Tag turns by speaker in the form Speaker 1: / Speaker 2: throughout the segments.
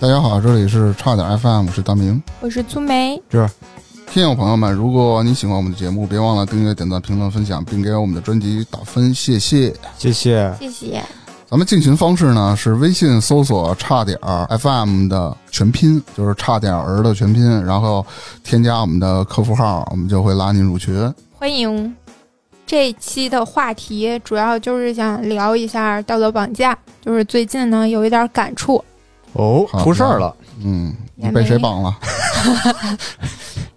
Speaker 1: 大家好，这里是差点 FM，我是大明。
Speaker 2: 我是粗梅，
Speaker 1: 听友朋友们，如果你喜欢我们的节目，别忘了订阅、点赞、评论、分享，并给我们的专辑打分，谢谢。
Speaker 3: 谢谢。
Speaker 2: 谢谢。
Speaker 1: 咱们进群方式呢是微信搜索“差点儿 FM” 的全拼，就是“差点儿”的全拼，然后添加我们的客服号，我们就会拉您入群。
Speaker 2: 欢迎。这一期的话题主要就是想聊一下道德绑架，就是最近呢有一点感触，
Speaker 3: 哦
Speaker 1: 好，
Speaker 3: 出事儿了，
Speaker 1: 嗯，你
Speaker 2: 也
Speaker 1: 被
Speaker 2: 没
Speaker 1: 谁绑了？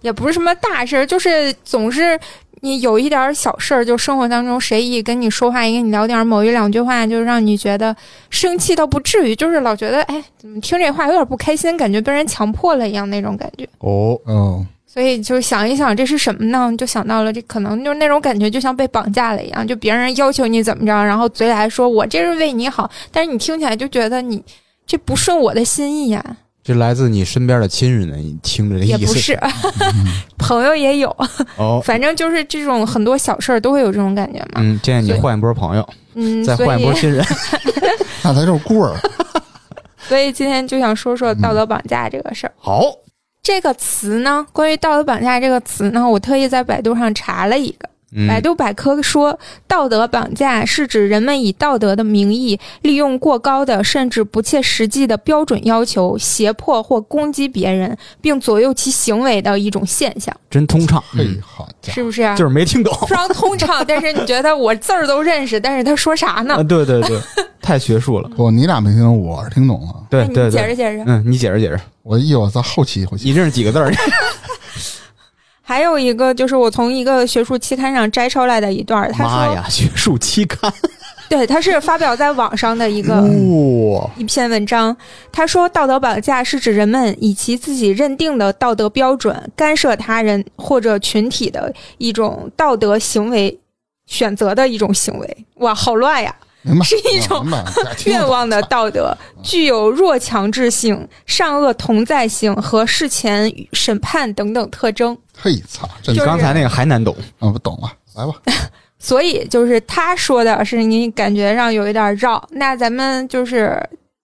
Speaker 2: 也不是什么大事儿，就是总是你有一点小事儿，就生活当中谁一跟你说话，一跟你聊点某一两句话，就让你觉得生气到不至于，就是老觉得哎，怎么听这话有点不开心，感觉被人强迫了一样那种感觉。
Speaker 3: 哦，
Speaker 1: 哦，
Speaker 2: 所以就想一想这是什么呢？就想到了这可能就是那种感觉，就像被绑架了一样，就别人要求你怎么着，然后嘴里还说我这是为你好，但是你听起来就觉得你这不顺我的心意啊呀、
Speaker 3: 这来自你身边的亲人呢，你听着这
Speaker 2: 也
Speaker 3: 意
Speaker 2: 不
Speaker 3: 思
Speaker 2: 是，朋友也有，
Speaker 3: 哦，
Speaker 2: 反正就是这种很多小事儿都会有这种感觉嘛。
Speaker 3: 嗯，建议你
Speaker 2: 所以
Speaker 3: 换一波朋友，
Speaker 2: 嗯，
Speaker 3: 再
Speaker 2: 所
Speaker 3: 换一波
Speaker 2: 以
Speaker 3: 亲人。
Speaker 1: 那才叫棍儿。
Speaker 2: 所以今天就想说说道德绑架这个事儿。
Speaker 3: 好，
Speaker 2: 这个词呢，关于道德绑架这个词呢，我特意在百度上查了一个。
Speaker 3: 嗯，
Speaker 2: 百度百科说，道德绑架是指人们以道德的名义，利用过高的甚至不切实际的标准要求，胁迫或攻击别人，并左右其行为的一种现象，
Speaker 3: 真通畅，
Speaker 2: 嗯
Speaker 3: 嗯
Speaker 1: 嘿，好家
Speaker 2: 是不是啊？
Speaker 3: 就是没听懂。
Speaker 2: 非常通畅，但是你觉得我字儿都认识，但是他说啥呢
Speaker 3: 啊，？对对 对，太学术了。
Speaker 1: 伙，你俩没听懂，我是听懂了。
Speaker 2: 那
Speaker 3: 呃对
Speaker 2: 你
Speaker 3: 对
Speaker 2: 解释
Speaker 3: 对，
Speaker 2: 解释。
Speaker 3: 嗯，你解释解 释，
Speaker 1: 我一我在后期回去。
Speaker 3: 你认识几个字儿？
Speaker 2: 还有一个就是我从一个学术期刊上摘抄来的一段儿，他
Speaker 3: 妈
Speaker 2: 说，
Speaker 3: 呀，学术期刊，
Speaker 2: 对，他是发表在网上的一个。
Speaker 3: 嗯哇，
Speaker 2: 一篇文章，他说道德绑架是指人们以其自己认定的道德标准干涉他人或者群体的一种道德行为选择的一种行为。哇，好乱呀！
Speaker 1: 明白，
Speaker 2: 是一种
Speaker 1: 啊明白哎听
Speaker 2: 愿
Speaker 1: 懂
Speaker 2: 望的道德具有弱强制性、善恶同在性和事前审判等等特征。
Speaker 1: 嘿，操，这
Speaker 3: 比
Speaker 2: 就是
Speaker 3: 刚才那个还难懂。
Speaker 1: 啊不懂了，来吧，
Speaker 2: 所以就是他说的是你感觉上有一点绕，那咱们就是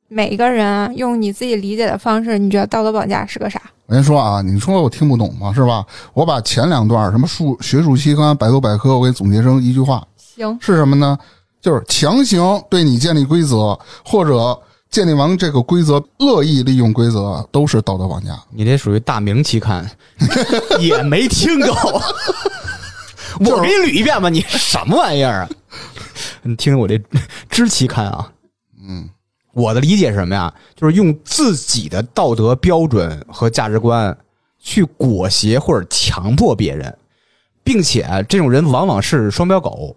Speaker 2: 每个人啊用你自己理解的方式，你觉得道德绑架是个啥？
Speaker 1: 我先说啊，你说我听不懂吗？是吧？我把前两段什么数学术期刊、百度百科，我给总结成一句话
Speaker 2: 行，
Speaker 1: 是什么呢？就是强行对你建立规则，或者建立完这个规则，恶意利用规则，都是道德绑架。
Speaker 3: 你这属于大明期刊，也没听懂。我给你捋一遍吧，你什么玩意儿啊？你听我这知期刊啊，
Speaker 1: 嗯，
Speaker 3: 我的理解是什么呀？就是用自己的道德标准和价值观去裹挟或者强迫别人，并且这种人往往是双标狗，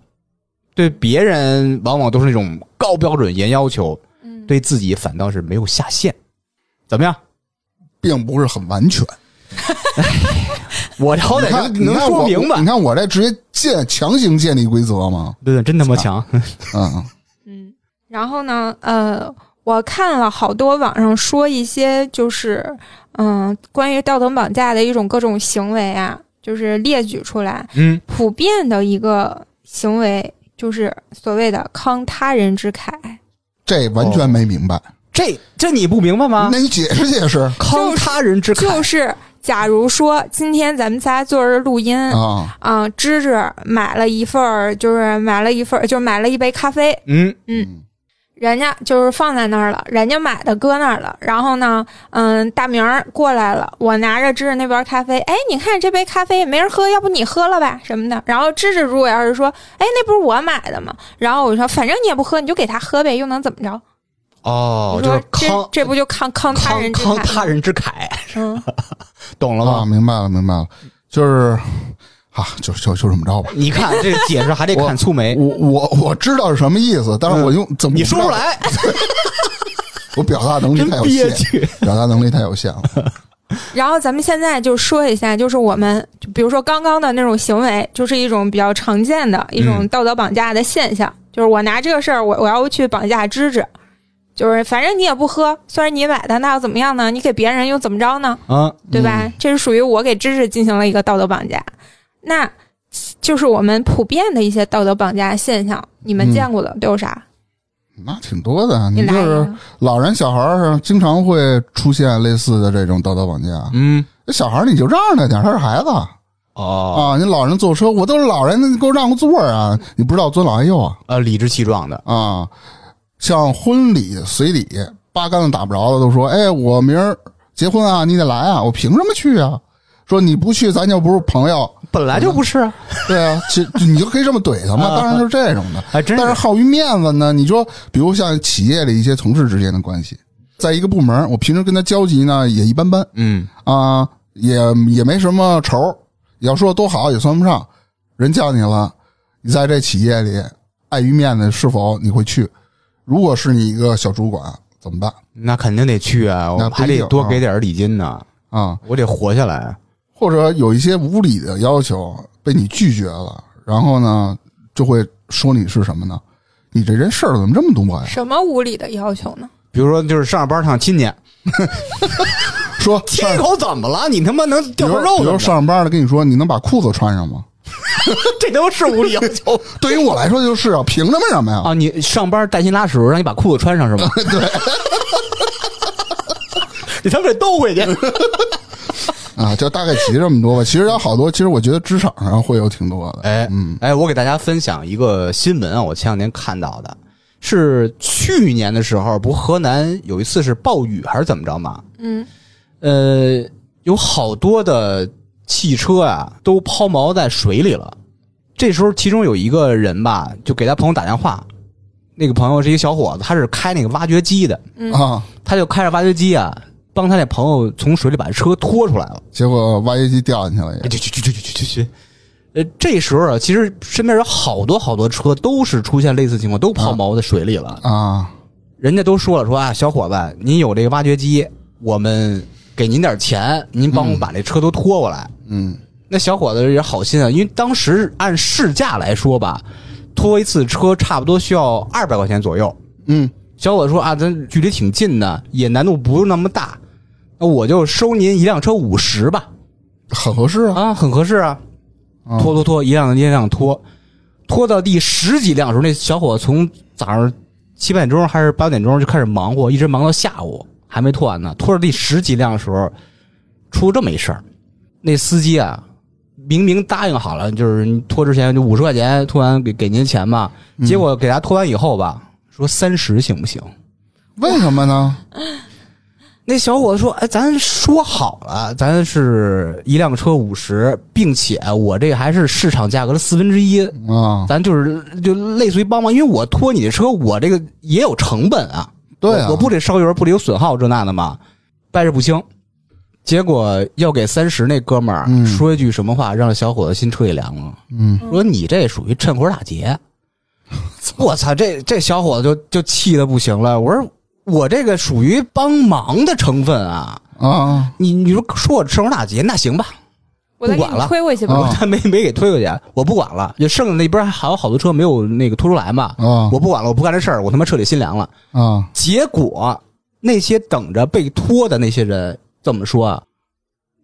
Speaker 3: 对别人往往都是那种高标准严要求，
Speaker 2: 嗯，
Speaker 3: 对自己反倒是没有下限。怎么样？
Speaker 1: 并不是很完全。
Speaker 3: 我好
Speaker 1: 你
Speaker 3: 歹
Speaker 1: 看，
Speaker 3: 能
Speaker 1: 你
Speaker 3: 能
Speaker 1: 看
Speaker 3: 说
Speaker 1: 我
Speaker 3: 明白
Speaker 1: 你。看我这直接建强行建立规则吗？
Speaker 3: 对对，真他妈强！
Speaker 1: 嗯，
Speaker 2: 嗯，然后呢，呃，我看了好多网上说一些就是，嗯、关于道德绑架的一种各种行为啊，就是列举出来，
Speaker 3: 嗯，
Speaker 2: 普遍的一个行为就是所谓的慷他人之慨，
Speaker 1: 这完全没明白。
Speaker 3: 这这你不明白吗
Speaker 1: 那？你解释解释
Speaker 3: 慷他人之慨，
Speaker 2: 就是假如说今天咱们仨坐着录音。
Speaker 1: 啊？
Speaker 2: 啊，芝芝买了一份儿，就是买了一份儿，就是买了一杯咖啡，
Speaker 3: 嗯，
Speaker 1: 嗯，
Speaker 2: 人家就是放在那儿了，人家买的搁那儿了。然后呢，嗯，大明儿过来了，我拿着芝芝那边咖啡，哎，你看这杯咖啡也没人喝，要不你喝了吧什么的。然后芝芝如果要是说，哎，那不是我买的吗？然后我说，反正你也不喝，你就给他喝呗，又能怎么着？
Speaker 3: 哦，
Speaker 2: 你
Speaker 3: 就
Speaker 2: 说
Speaker 3: 是
Speaker 2: 这
Speaker 3: 慷
Speaker 2: 这不就慷慷他
Speaker 3: 慷
Speaker 2: 人之
Speaker 3: 慷
Speaker 2: 慨？
Speaker 3: 他人之慨，
Speaker 2: 嗯，
Speaker 3: 懂了
Speaker 1: 啊，
Speaker 3: 吗？
Speaker 1: 明白了，明白了，就是啊，就就就这么着吧。
Speaker 3: 你看这个解释还得看粗眉，
Speaker 1: 我我我知道是什么意思，但是我用怎么
Speaker 3: 你说不出，来，
Speaker 1: 我表达能力
Speaker 3: 真
Speaker 1: 太有
Speaker 3: 憋
Speaker 1: 限，
Speaker 3: 屈。
Speaker 1: 表达能力太有限了。
Speaker 2: 然后咱们现在就说一下，就是我们就比如说刚刚的那种行为，就是一种比较常见的一种
Speaker 3: 嗯
Speaker 2: 道德绑架的现象，就是我拿这个事儿，我我要去绑架芝芝，就是反正你也不喝，虽然你买的，那又怎么样呢？你给别人又怎么着呢？
Speaker 3: 嗯，
Speaker 2: 对吧？这是属于我给芝芝进行了一个道德绑架，那就是我们普遍的一些道德绑架现象，你们
Speaker 1: 嗯
Speaker 2: 见过的都有啥？
Speaker 1: 那挺多的。
Speaker 2: 你
Speaker 1: 你就
Speaker 2: 来一
Speaker 1: 是
Speaker 2: 个，
Speaker 1: 老人、小孩儿经常会出现类似的这种道德绑架。
Speaker 3: 嗯，
Speaker 1: 那小孩儿你就让着点儿，他是孩子
Speaker 3: 哦，
Speaker 1: 啊。你老人坐车，我都是老人，你给我让个座儿啊！你不知道尊老爱幼啊
Speaker 3: 呃，理直气壮的，
Speaker 1: 啊！像婚礼、随礼，八竿子打不着的都说：“哎，我明儿结婚啊，你得来啊！”我凭什么去啊？说你不去，咱就不是朋友。
Speaker 3: 本来就不是啊，
Speaker 1: 对啊，其实你就可以这么怼他嘛。当然是这种的。
Speaker 3: 还真
Speaker 1: 但是好于面子呢，你说，比如像企业里一些同事之间的关系，在一个部门，我平时跟他交集呢也一般般
Speaker 3: 嗯，
Speaker 1: 啊，也也没什么仇，要说多好也算不上。人叫你了，你在这企业里，碍于面子，是否你会去？如果是你一个小主管，怎么办
Speaker 3: 那肯定得去啊，
Speaker 1: 那
Speaker 3: 我
Speaker 1: 不
Speaker 3: 还
Speaker 1: 一
Speaker 3: 得
Speaker 1: 定
Speaker 3: 多
Speaker 1: 啊
Speaker 3: 给点礼金呢，
Speaker 1: 啊？
Speaker 3: 我得活下来。
Speaker 1: 或者有一些无理的要求被你拒绝了，然后呢，就会说你是什么呢？你这人事儿怎么这么多呀？
Speaker 2: 什么无理的要求呢？
Speaker 3: 比如说，就是上着班上亲戚，
Speaker 1: 说
Speaker 3: 亲一口怎么了？你他妈能
Speaker 1: 比
Speaker 3: 掉
Speaker 1: 如
Speaker 3: 块肉
Speaker 1: 比
Speaker 3: 怎
Speaker 1: 如
Speaker 3: 么着？
Speaker 1: 上班的跟你说，你能把裤子穿上吗？
Speaker 3: 这都是无理要求
Speaker 1: 对于我来说就是啊，凭什么什么呀？
Speaker 3: 啊！你上班带薪拉屎，让你把裤子穿上是吗？ 对，你他妈得兜回去。
Speaker 1: 啊，就大概提这么多吧。其实有好多，其实我觉得职场上会有挺多的。
Speaker 3: 哎，
Speaker 1: 嗯，
Speaker 3: 哎，我给大家分享一个新闻啊，我前两天看到的，是去年的时候，不河南有一次是暴雨还是怎么着嘛？
Speaker 2: 嗯，
Speaker 3: 呃，有好多的汽车啊都抛锚在水里了。这时候，其中有一个人吧，就给他朋友打电话，那个朋友是一个小伙子，他是开那个挖掘机的，
Speaker 1: 啊，
Speaker 3: 他就开着挖掘机啊，帮他那朋友从水里把车拖出来了。
Speaker 1: 结果挖掘机掉进去了也
Speaker 3: 哎去去去去去去去。呃，这时候啊，其实身边有好多好多车都是出现类似情况，都抛锚在水里了。
Speaker 1: 啊，
Speaker 3: 人家都说了，说啊，小伙子，您有这个挖掘机，我们给您点钱，您帮我把这车都拖过来。
Speaker 1: 嗯
Speaker 3: 那小伙子也好心啊，因为当时按市价来说吧，拖一次车差不多需要二百块钱左右。
Speaker 1: 嗯，
Speaker 3: 小伙子说啊，咱距离挺近的，也难度不是那么大，那我就收您一辆车五十吧，
Speaker 1: 很合适啊。
Speaker 3: 啊，很合适啊。
Speaker 1: 啊
Speaker 3: 拖拖拖，一辆一辆拖，拖到第十几辆的时候，那小伙子从早上七八点钟还是八点钟就开始忙活，一直忙到下午还没拖完呢。拖到第十几辆的时候，出这么一事儿，那司机啊，明明答应好了，就是你拖之前就五十块钱，拖完给给您钱嘛，结果给他拖完以后吧，说三十行不行？
Speaker 1: 为什么呢？
Speaker 3: 那小伙子说：“哎，咱说好了，咱是一辆车五十，并且我这还是市场价格的四分之一，
Speaker 1: 啊，
Speaker 3: 咱就是就类似于帮忙，因为我拖你的车，我这个也有成本啊，
Speaker 1: 对啊，
Speaker 3: 我我不得烧油，不得有损耗这那的嘛，掰扯不清。结果要给三十那哥们儿
Speaker 1: 嗯
Speaker 3: 说一句什么话，让小伙子心彻底凉了，
Speaker 1: 嗯，
Speaker 3: 说你这属于趁火打劫。我操，这这小伙子就就气的不行了。我说我这个属于帮忙的成分啊，
Speaker 1: 啊，
Speaker 3: 你你说说我趁火打劫，那行吧，
Speaker 2: 我再
Speaker 3: 不
Speaker 2: 给
Speaker 3: 管
Speaker 2: 你
Speaker 3: 了
Speaker 2: 推回去吧。
Speaker 1: 啊
Speaker 3: 他没没给推过去，我不管了。就剩下那边还有好多车没有那个拖出来嘛，
Speaker 1: 啊
Speaker 3: 我不管了，我不干这事儿，我他妈彻底心凉了。
Speaker 1: 啊，
Speaker 3: 结果那些等着被拖的那些人怎么说啊？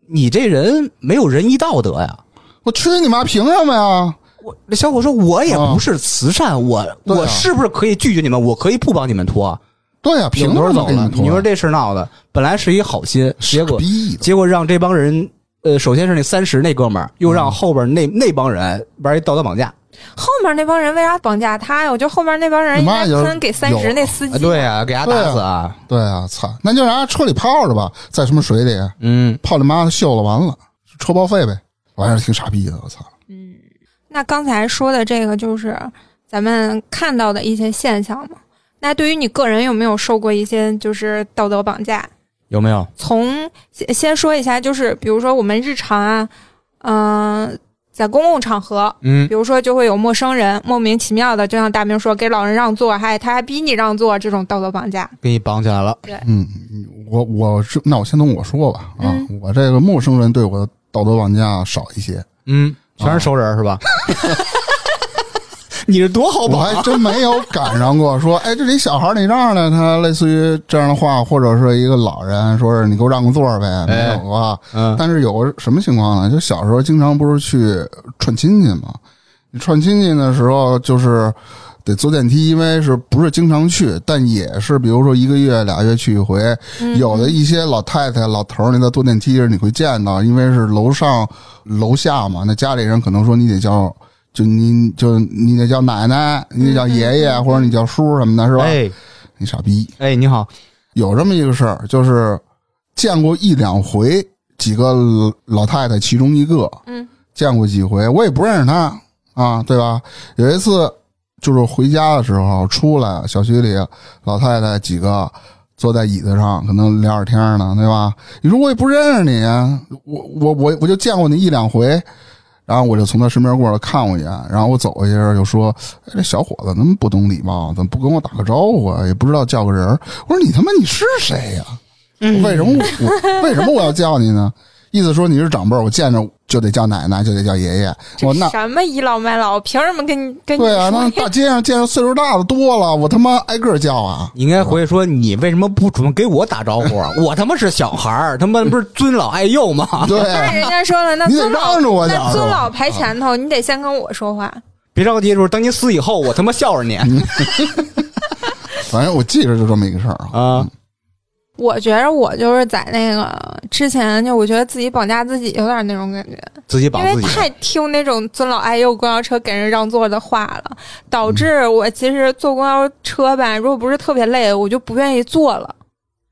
Speaker 3: 你这人没有仁义道德呀！
Speaker 1: 我去你妈，凭什么呀？
Speaker 3: 我那小伙说，我也
Speaker 1: 啊
Speaker 3: 不是慈善，我
Speaker 1: 对啊
Speaker 3: 我是不是可以拒绝你们？我可以不帮你们拖，
Speaker 1: 对呀、凭
Speaker 3: 扭
Speaker 1: 什么
Speaker 3: 头走
Speaker 1: 给
Speaker 3: 了。
Speaker 1: 拖
Speaker 3: 你啊说这事儿闹的，本来是一好心，结果
Speaker 1: 逼的
Speaker 3: 结果让这帮人，呃，首先是那三十那哥们儿，又让后边那、那帮人玩一道德绑架。
Speaker 2: 后面那帮人为啥绑架他呀？我觉得后面那帮人
Speaker 1: 你
Speaker 2: 应
Speaker 1: 妈
Speaker 2: 该
Speaker 1: 有
Speaker 2: 分给三
Speaker 1: 有哎
Speaker 2: 十那司
Speaker 3: 啊
Speaker 2: 机。
Speaker 3: 对啊，给他打死啊！
Speaker 1: 对啊，操，那就让车里泡着吧，在什么水里
Speaker 3: 嗯，
Speaker 1: 泡你妈的锈了，完了车报废呗，完事儿挺傻逼的，我操，
Speaker 2: 那刚才说的这个就是咱们看到的一些现象嘛。那对于你个人有没有受过一些就是道德绑架？
Speaker 3: 有没有？
Speaker 2: 从先先说一下，就是比如说我们日常啊，嗯、在公共场合，
Speaker 3: 嗯
Speaker 2: 比如说就会有陌生人莫名其妙的，就像大明说，给老人让座，还他还逼你让座，这种道德绑架。
Speaker 3: 给你绑起来了。
Speaker 1: 嗯，我我是那我先从我说吧啊，
Speaker 2: 嗯
Speaker 1: 我这个陌生人对我的道德绑架少一些，
Speaker 3: 嗯，啊全是熟人、是吧？ 你是多好
Speaker 1: 我
Speaker 3: 绑
Speaker 1: 还
Speaker 3: 啊？
Speaker 1: 真没有赶上过说，哎，这里小孩儿你让让他，类似于这样的话，或者是一个老人说是你给我让个座儿呗，没有过。
Speaker 3: 嗯
Speaker 1: 但是有个什么情况呢？就小时候经常不是去串亲戚嘛，你串亲戚的时候，就是得坐电梯，因为是不是经常去，但也是比如说一个月、俩月去一回。
Speaker 2: 嗯
Speaker 1: 有的一些老太太、老头儿，你在坐电梯时你会见到，因为是楼上楼下嘛，那家里人可能说你得叫，就你就你得叫奶奶，你得叫爷爷，或者你叫叔什么的，是吧？
Speaker 3: 哎
Speaker 1: 你傻逼，
Speaker 3: 哎，你好，
Speaker 1: 有这么一个事儿，就是见过一两回几个老太太，其中一个，
Speaker 2: 嗯，
Speaker 1: 见过几回，我也不认识她啊，对吧？有一次就是回家的时候出来，小区里老太太几个坐在椅子上，可能聊会儿天儿呢，对吧？你说我也不认识你，啊我我我我就见过你一两回。然后我就从她身边过来看我一眼，然后我走过去的时候就说：“哎，这小伙子那么不懂礼貌，啊怎么不跟我打个招呼啊？也不知道叫个人儿。”我说：“你他妈你是谁呀、为什么我我为什么我要叫你呢？意思说你是长辈儿，我见着就得叫奶奶，就得叫爷爷。
Speaker 2: 这
Speaker 1: 我那
Speaker 2: 什么倚老卖老，凭什么跟哎你跟你
Speaker 1: 对啊，那
Speaker 2: 说？
Speaker 1: 大街上见着岁数大的多了，我他妈挨个儿叫 啊！
Speaker 3: 你应该回去说你为什么不主动给我打招 呼啊？我他妈是小孩儿，他妈不是尊老爱幼吗？
Speaker 1: 对，
Speaker 2: 那人家说了，那
Speaker 1: 你得
Speaker 2: 尊老
Speaker 1: 让着我点啊
Speaker 2: 那
Speaker 1: 儿
Speaker 2: 尊
Speaker 1: 是吧
Speaker 2: 老排前头，你得先跟我说话。
Speaker 3: 别着急，就是等你死以后，我他妈孝 顺你
Speaker 1: 反正我记着就这么一个事儿啊。
Speaker 3: 啊！
Speaker 2: 我觉着我就是在那个之前，就我觉得自己绑架自己有点那种感觉，
Speaker 3: 自己
Speaker 2: 因
Speaker 3: 绑
Speaker 2: 为
Speaker 3: 自己，
Speaker 1: 啊
Speaker 2: 太听那种尊老爱幼公交车给人让座的话了，
Speaker 1: 嗯
Speaker 2: 导致我其实坐公交车吧，如果不是特别累，我就不愿意坐了。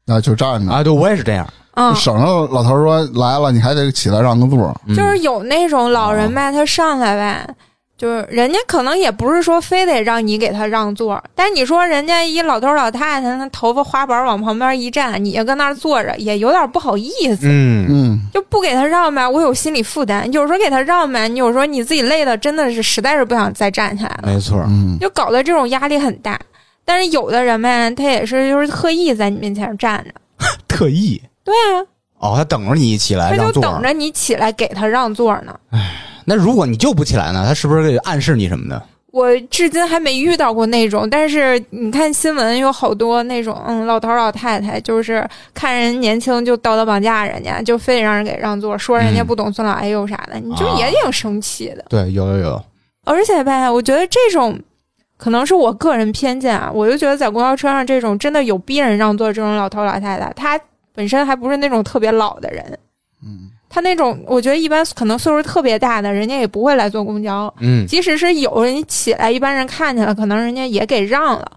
Speaker 1: 那就站着，
Speaker 3: 啊！对我也是这样，
Speaker 2: 嗯，
Speaker 1: 省着老头儿说来了，你还得起来让个座儿。
Speaker 3: 嗯哦
Speaker 2: 就是有那种老人吧，他上来呗，就是人家可能也不是说非得让你给他让座，但你说人家一老头老太太，那头发花白往旁边一站，你就跟那儿坐着，也有点不好意思，
Speaker 3: 嗯，
Speaker 1: 嗯，
Speaker 2: 就不给他让呗，我有心理负担。有时候给他让呗，你有时候你自己累的真的是实在是不想再站起来了，
Speaker 3: 没错儿，
Speaker 1: 嗯，
Speaker 2: 就搞得这种压力很大。但是有的人呗，他也是就是特意在你面前站着，
Speaker 3: 特意
Speaker 2: 对啊，
Speaker 3: 哦，他等着你起来
Speaker 2: 他
Speaker 3: 让
Speaker 2: 就
Speaker 3: 座
Speaker 2: 等
Speaker 3: 儿。
Speaker 2: 着你起来给他让座呢。
Speaker 3: 那如果你就不起来呢？他是不是暗示你什么的？
Speaker 2: 我至今还没遇到过那种，但是你看新闻有好多那种，嗯，老头儿老太太就是看人年轻就道德绑架人家，就非得让人给让座，说人家
Speaker 3: 嗯
Speaker 2: 不懂尊老爱幼啥的，你就
Speaker 3: 啊
Speaker 2: 也挺生气的。
Speaker 3: 对，有有有，
Speaker 2: 而且吧，我觉得这种可能是我个人偏见啊，我就觉得在公交车上这种真的有逼人让座这种老头儿老太太，他本身还不是那种特别老的人，
Speaker 1: 嗯，
Speaker 2: 他那种我觉得一般可能岁数特别大的人家也不会来坐公交，
Speaker 3: 嗯，
Speaker 2: 即使是有人起来，一般人看见了，可能人家也给让了。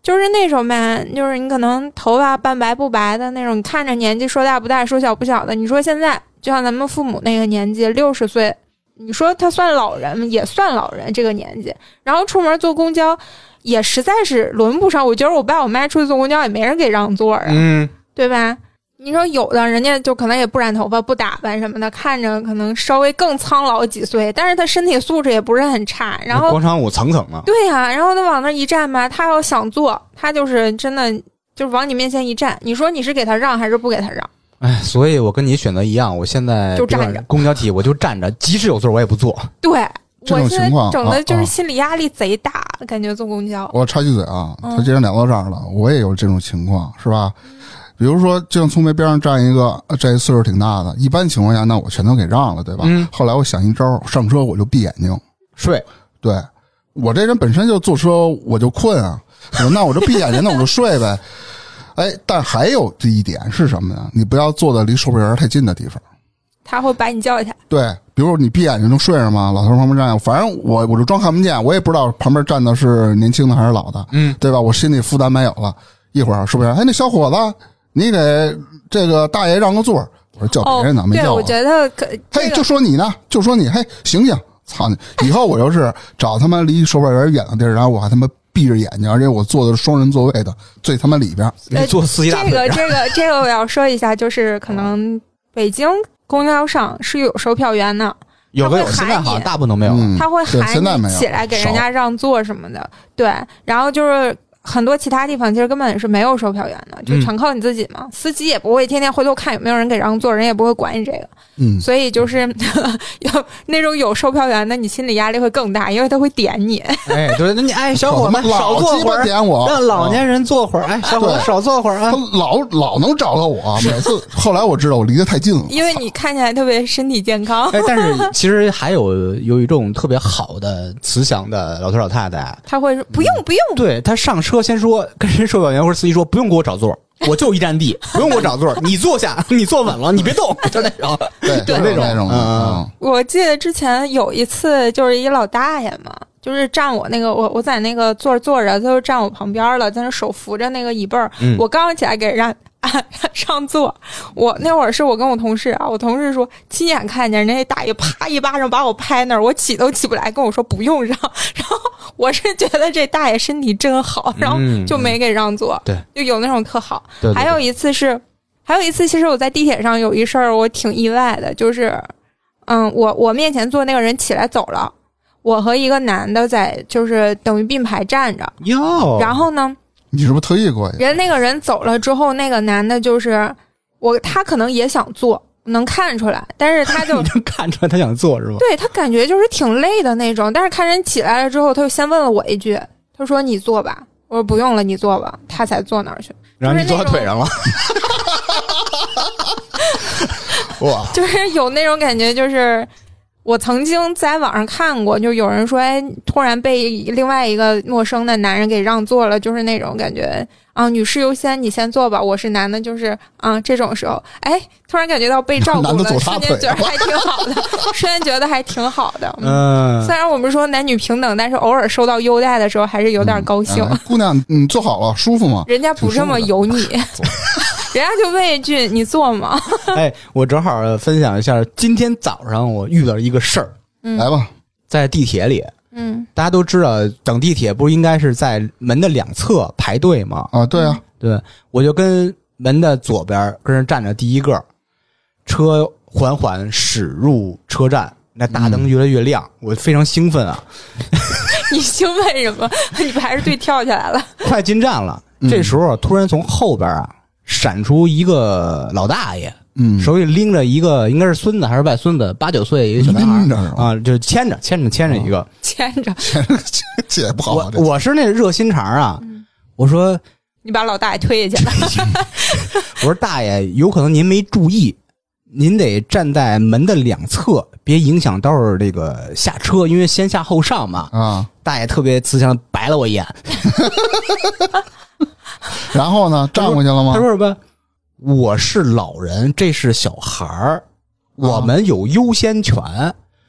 Speaker 2: 就是那种呗，就是你可能头发半白不白的那种，你看着年纪说大不大，说小不小的。你说现在就像咱们父母那个年纪，六十岁，你说他算老人吗？也算老人这个年纪。然后出门坐公交，也实在是轮不上。我觉得我爸我妈出去坐公交也没人给让座啊。
Speaker 3: 嗯，
Speaker 2: 对吧？你说有的人家就可能也不染头发、不打扮什么的，看着可能稍微更苍老几岁，但是他身体素质也不是很差。然后
Speaker 3: 广场舞层层呢，
Speaker 2: 对呀、然后他往那一站吧，他要想坐，他就是真的就是往你面前一站，你说你是给他让还是不给他让？
Speaker 3: 哎，所以我跟你选择一样，我现在
Speaker 2: 就
Speaker 3: 比如
Speaker 2: 站着
Speaker 3: 公交体，我就站着，即使有座儿我也不坐。
Speaker 2: 对
Speaker 1: 这
Speaker 2: 我
Speaker 1: 种
Speaker 2: 现在
Speaker 1: 情况
Speaker 2: 整的就
Speaker 1: 啊
Speaker 2: 是
Speaker 1: 啊
Speaker 2: 心理压力贼大，感觉坐公交，
Speaker 1: 我插句嘴啊，
Speaker 2: 嗯
Speaker 1: 他既然聊到这儿了，我也有这种情况，是吧？比如说，就像聪梅边上站一个，呃这岁数挺大的，一般情况下，那我全都给让了，对吧？
Speaker 3: 嗯
Speaker 1: 后来我想一招，上车我就闭眼睛，
Speaker 3: 睡，
Speaker 1: 对我这人本身就坐车我就困啊，我说那我就闭眼睛，那我就睡呗。哎，但还有这一点是什么呢？你不要坐的离售票员太近的地方。
Speaker 2: 他会把你叫起来。
Speaker 1: 对，比如你闭眼睛能睡着吗？老头儿旁边站，反正我我就装看不见，我也不知道旁边站的是年轻的还是老的，
Speaker 3: 嗯，
Speaker 1: 对吧？我心里负担没有了。一会儿是不是？哎，那小伙子，你给这个大爷让个座儿。我说叫
Speaker 2: 哦
Speaker 1: 别人呢，，没
Speaker 2: 对，
Speaker 1: 叫
Speaker 2: 我觉得可
Speaker 1: 嘿
Speaker 2: 这，
Speaker 1: 就
Speaker 2: 个
Speaker 1: 说你呢，就说你，嘿，醒醒！操你！以后我就是找他妈离售票员远的地儿，然后我还他妈闭着眼睛，而且我坐的是双人座位的，最他妈里边儿。
Speaker 3: 你坐司机大
Speaker 2: 呃这个
Speaker 3: 腿上。
Speaker 2: 这个这个我要说一下，就是 可
Speaker 1: 哦
Speaker 2: 能北京公交上是有售票员的，
Speaker 3: 有个有，
Speaker 2: 他会
Speaker 3: 现在
Speaker 2: 喊
Speaker 3: 好像
Speaker 2: 你
Speaker 3: 大部分都没有了。
Speaker 1: 嗯，
Speaker 2: 他会
Speaker 1: 对现在
Speaker 2: 喊
Speaker 1: 没
Speaker 2: 你
Speaker 1: 有
Speaker 2: 起来给人
Speaker 1: 少
Speaker 2: 家让座什么的。对，然后就是很多其他地方其实根本是没有售票员的，就
Speaker 3: 嗯
Speaker 2: 全靠你自己嘛。司机也不会天天回头看有没有人给让座，人也不会管你这个，
Speaker 1: 嗯，
Speaker 2: 所以就是 有那种有售票员的，你心理压力会更大，因为他会点你。
Speaker 3: 哎，对，那你 哎，小伙
Speaker 1: 他
Speaker 3: 们
Speaker 1: 妈
Speaker 3: 少
Speaker 1: 老
Speaker 3: 坐
Speaker 1: 鸡
Speaker 3: 会
Speaker 1: 巴
Speaker 3: 儿，
Speaker 1: 点我，
Speaker 3: 让老年人坐会儿。哎，小伙
Speaker 1: 对
Speaker 3: 少坐会儿
Speaker 1: 啊
Speaker 3: 啊
Speaker 1: 他。老老能找到我，每 次后来我知道我离得太近了，
Speaker 2: 因为你看起来特别身体健康，
Speaker 3: 哎，但是其实还有有一种特别好的慈祥的老头老太太，
Speaker 2: 他会说不用不用，
Speaker 3: 对他上车先说跟人售票员或者司机说不用给我找座，我就一站地，不用给我找座，你坐下，你坐稳了，你别动，就那种。
Speaker 1: 对，
Speaker 2: 对
Speaker 1: 有那种那种的，
Speaker 3: 嗯
Speaker 1: 嗯
Speaker 2: 我记得之前有一次，就是一老大爷嘛，就是站我那个我我在那个坐着坐着，他就站我旁边了，在那手扶着那个椅背儿。
Speaker 3: 嗯
Speaker 2: 我刚起来给让、按上座，我那会儿是我跟我同事啊，我同事说亲眼看见人家大爷啪一巴掌把我拍那儿，我起都起不来，跟我说不用让。 然后我是觉得这大爷身体真好，然后
Speaker 3: 嗯
Speaker 2: 就没给让座。
Speaker 3: 对，
Speaker 2: 就有那种特好。
Speaker 3: 对对
Speaker 2: 还有一次是，还有一次，其实我在地铁上有一事儿，我挺意外的，就是，嗯，我我面前坐那个人起来走了，我和一个男的在就是等于并排站着，
Speaker 3: 哟，
Speaker 2: 然后呢，
Speaker 1: 你是不是特意过去？
Speaker 2: 人那个人走了之后，那个男的就是我，他可能也想坐，能看出来，但是他就
Speaker 3: 你。能看出来他想坐是吧？
Speaker 2: 对他感觉就是挺累的那种，但是看人起来了之后，他就先问了我一句，他说：“你坐吧。”我说：“不用了，你坐吧。”他才坐那儿去。
Speaker 3: 然后你坐他腿上了，
Speaker 1: 哇，
Speaker 2: 就是有那种感觉，就是我曾经在网上看过，就有人说，哎，突然被另外一个陌生的男人给让座了，就是那种感觉啊，女士优先，你先坐吧，我是男的，就是啊，这种时候，哎，突然感觉到被照 顾
Speaker 1: 男的
Speaker 2: 了，
Speaker 1: 走他
Speaker 2: 瞬
Speaker 1: 腿
Speaker 2: 间觉得还挺好的，瞬间觉得还挺好 的。嗯，
Speaker 3: 嗯
Speaker 2: 虽，然我们说男女平等，但是偶尔受到优待的时候，还是有点高兴。嗯
Speaker 1: 哎姑娘，你坐好了，舒服吗？
Speaker 2: 人家不这么 油腻，
Speaker 1: 哎
Speaker 2: 人家就问一句：“你坐吗
Speaker 3: 哎，我正好分享一下，今天早上我遇到一个事儿，
Speaker 2: 嗯
Speaker 1: 来吧，
Speaker 3: 在地铁里，？”
Speaker 2: 嗯，
Speaker 3: 大家都知道等地铁不是应该是在门的两侧排队吗？
Speaker 1: 啊，对啊，
Speaker 3: 对，我就跟门的左边儿跟人站着第一个，车缓缓驶入车站，那大灯越来越亮，我非常兴 奋啊，
Speaker 2: 你兴奋什么？ 你排着队跳起来了。
Speaker 3: 快进站了。
Speaker 1: 嗯
Speaker 3: 这时候突然从后边啊闪出一个老大爷，
Speaker 1: 嗯，
Speaker 3: 手里拎着一个应该是孙子还是外孙子，八九岁一个小男
Speaker 1: 拎
Speaker 3: 孩
Speaker 1: 着啊
Speaker 3: 儿
Speaker 1: 是吧
Speaker 3: 啊，就牵着牵着牵着一个。
Speaker 2: 牵着
Speaker 1: 这也不好啊
Speaker 3: 我
Speaker 1: 这
Speaker 3: 我是那热心肠啊，
Speaker 2: 嗯
Speaker 3: 我说
Speaker 2: 你把老大爷推下去了。
Speaker 3: 我说大爷，有可能您没注意，您得站在门的两侧，别影响到时候这个下车，因为先下后上嘛。
Speaker 1: 啊。
Speaker 3: 大爷特别慈祥，白了我一眼，
Speaker 1: 然后呢，站过去了吗
Speaker 3: 他？说什么？我是老人，这是小孩儿，我们有优先权。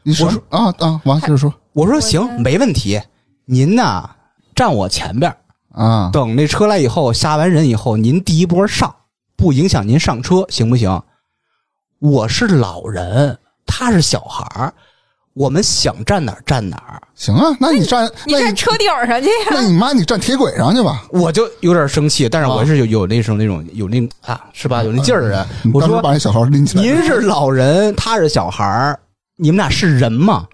Speaker 1: 你说
Speaker 3: 我说
Speaker 1: 啊啊，完接着说
Speaker 3: 我说
Speaker 2: 我
Speaker 3: 行，
Speaker 2: 先
Speaker 3: 没问题。您呐，站我前边儿，
Speaker 1: 啊，
Speaker 3: 等那车来以后，下完人以后，您第一波上，不影响您上车，行不行？我是老人，他是小孩儿，我们想站哪儿站哪儿。
Speaker 1: 行啊，那你站，
Speaker 2: 你
Speaker 1: 那
Speaker 2: 站车顶上去
Speaker 1: 那
Speaker 2: 呀！
Speaker 1: 你妈你站铁轨上去吧。
Speaker 3: 我就有点生气，但是
Speaker 1: 啊
Speaker 3: 我是有有那种那种有那啊，是吧？有那劲儿的人。
Speaker 1: 你嗯当
Speaker 3: 我
Speaker 1: 时
Speaker 3: 说
Speaker 1: 把那小孩拎起来，
Speaker 3: 您是老人，他是小孩儿，你们俩是人嘛？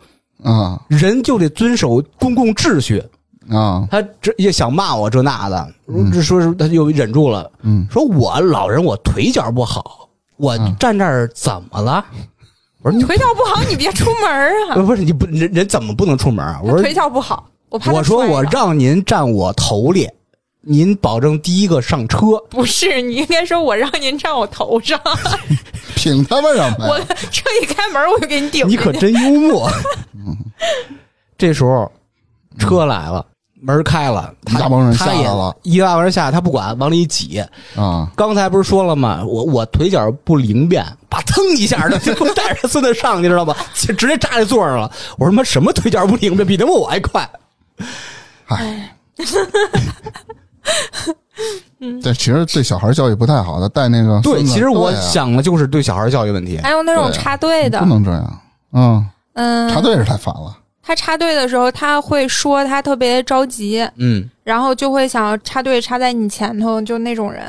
Speaker 1: 啊
Speaker 3: 人就得遵守公共秩序。
Speaker 1: 啊，
Speaker 3: 他这也想骂我这那的，这说是他就忍住了。
Speaker 1: 嗯，
Speaker 3: 说我老人我腿脚不好，我
Speaker 1: 嗯
Speaker 3: 站这儿怎么了？我说
Speaker 2: 腿脚不好，你别出门啊！
Speaker 3: 你不是你不人人怎么不能出门啊？我
Speaker 2: 他
Speaker 3: 说
Speaker 2: 腿脚不好，我怕他
Speaker 3: 我说
Speaker 2: 摔
Speaker 3: 我
Speaker 2: 着
Speaker 3: 让您站我头里，您保证第一个上车。
Speaker 2: 不是你应该说，我让您站我头 上，
Speaker 3: 哎
Speaker 1: 凭他们什么
Speaker 2: 我
Speaker 1: 呀？
Speaker 2: 车一开门我就给你顶
Speaker 3: 你可
Speaker 2: 进去。
Speaker 3: 真幽 默。 这时候车来了，门开了，他
Speaker 1: 一大帮人
Speaker 3: 他
Speaker 1: 下来
Speaker 3: 也
Speaker 1: 了
Speaker 3: 一大帮人下来，他不管，往里挤。
Speaker 1: 啊，
Speaker 3: 刚才不是说了吗？我我腿脚不灵便，啪腾一下的就带着孙子上，你知道吧？ 直直接扎在座上了。我说他妈什么腿脚不灵便，比他妈我还快。
Speaker 2: 哎
Speaker 1: 嗨， 对，其实对小孩教育不太好的，带那个
Speaker 3: 对，
Speaker 1: 孙子
Speaker 3: 其实我
Speaker 1: 对啊
Speaker 3: 想的就是对小孩教育问题。
Speaker 2: 还有那种
Speaker 3: 啊
Speaker 2: 插队的
Speaker 1: 不，能这样，嗯，插
Speaker 2: 嗯，
Speaker 1: 队是太烦了，
Speaker 2: 他插队的时候他会说他特别着急，
Speaker 3: 嗯，
Speaker 2: 然后就会想要插队插在你前头，就那种人。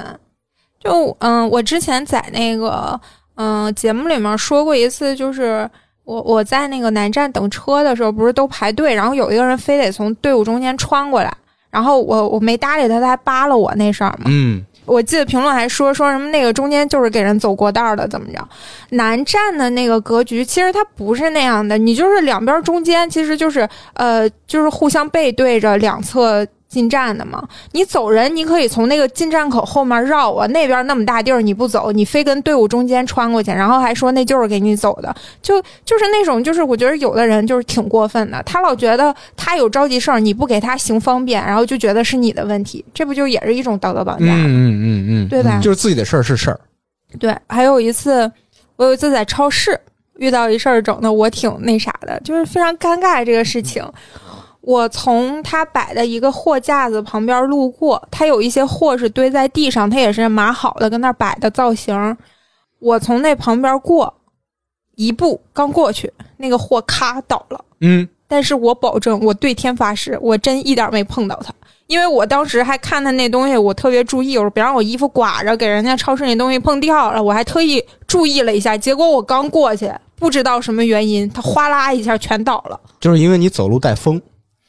Speaker 2: 就嗯，我之前在那个嗯节目里面说过一次，就是我我在那个南站等车的时候，不是都排队，然后有一个人非得从队伍中间穿过来，然后我我没搭理他，他还扒拉我那事儿嘛。
Speaker 3: 嗯，
Speaker 2: 我记得评论还说说什么那个中间就是给人走过道儿的，怎么着？南站的那个格局其实它不是那样的，你就是两边中间其实就是呃就是互相背对着两侧。进站的嘛，你走人，你可以从那个进站口后面绕啊，那边那么大地儿你不走，你非跟队伍中间穿过去，然后还说那就是给你走的，就就是那种，就是我觉得有的人就是挺过分的，他老觉得他有着急事儿，你不给他行方便，然后就觉得是你的问题，这不就也是一种道德绑架吗？
Speaker 3: 嗯嗯嗯，
Speaker 2: 啊对吧
Speaker 3: 就是自己的事儿是事儿，
Speaker 2: 对，还有一次，我有一次在超市遇到一事儿，整的我挺那啥的，就是非常尴尬这个事情。我从他摆的一个货架子旁边路过，他有一些货是堆在地上，他也是码好的，跟那儿摆的造型。我从那旁边过，一步刚过去，那个货咔倒了。
Speaker 3: 嗯，
Speaker 2: 但是我保证，我对天发誓，我真一点没碰到他，因为我当时还看他那东西，我特别注意，我说别让我衣服刮着，给人家超市那东西碰掉了，我还特意注意了一下，结果我刚过去，不知道什么原因，它哗啦一下全倒了。
Speaker 3: 就是因为你走路带风，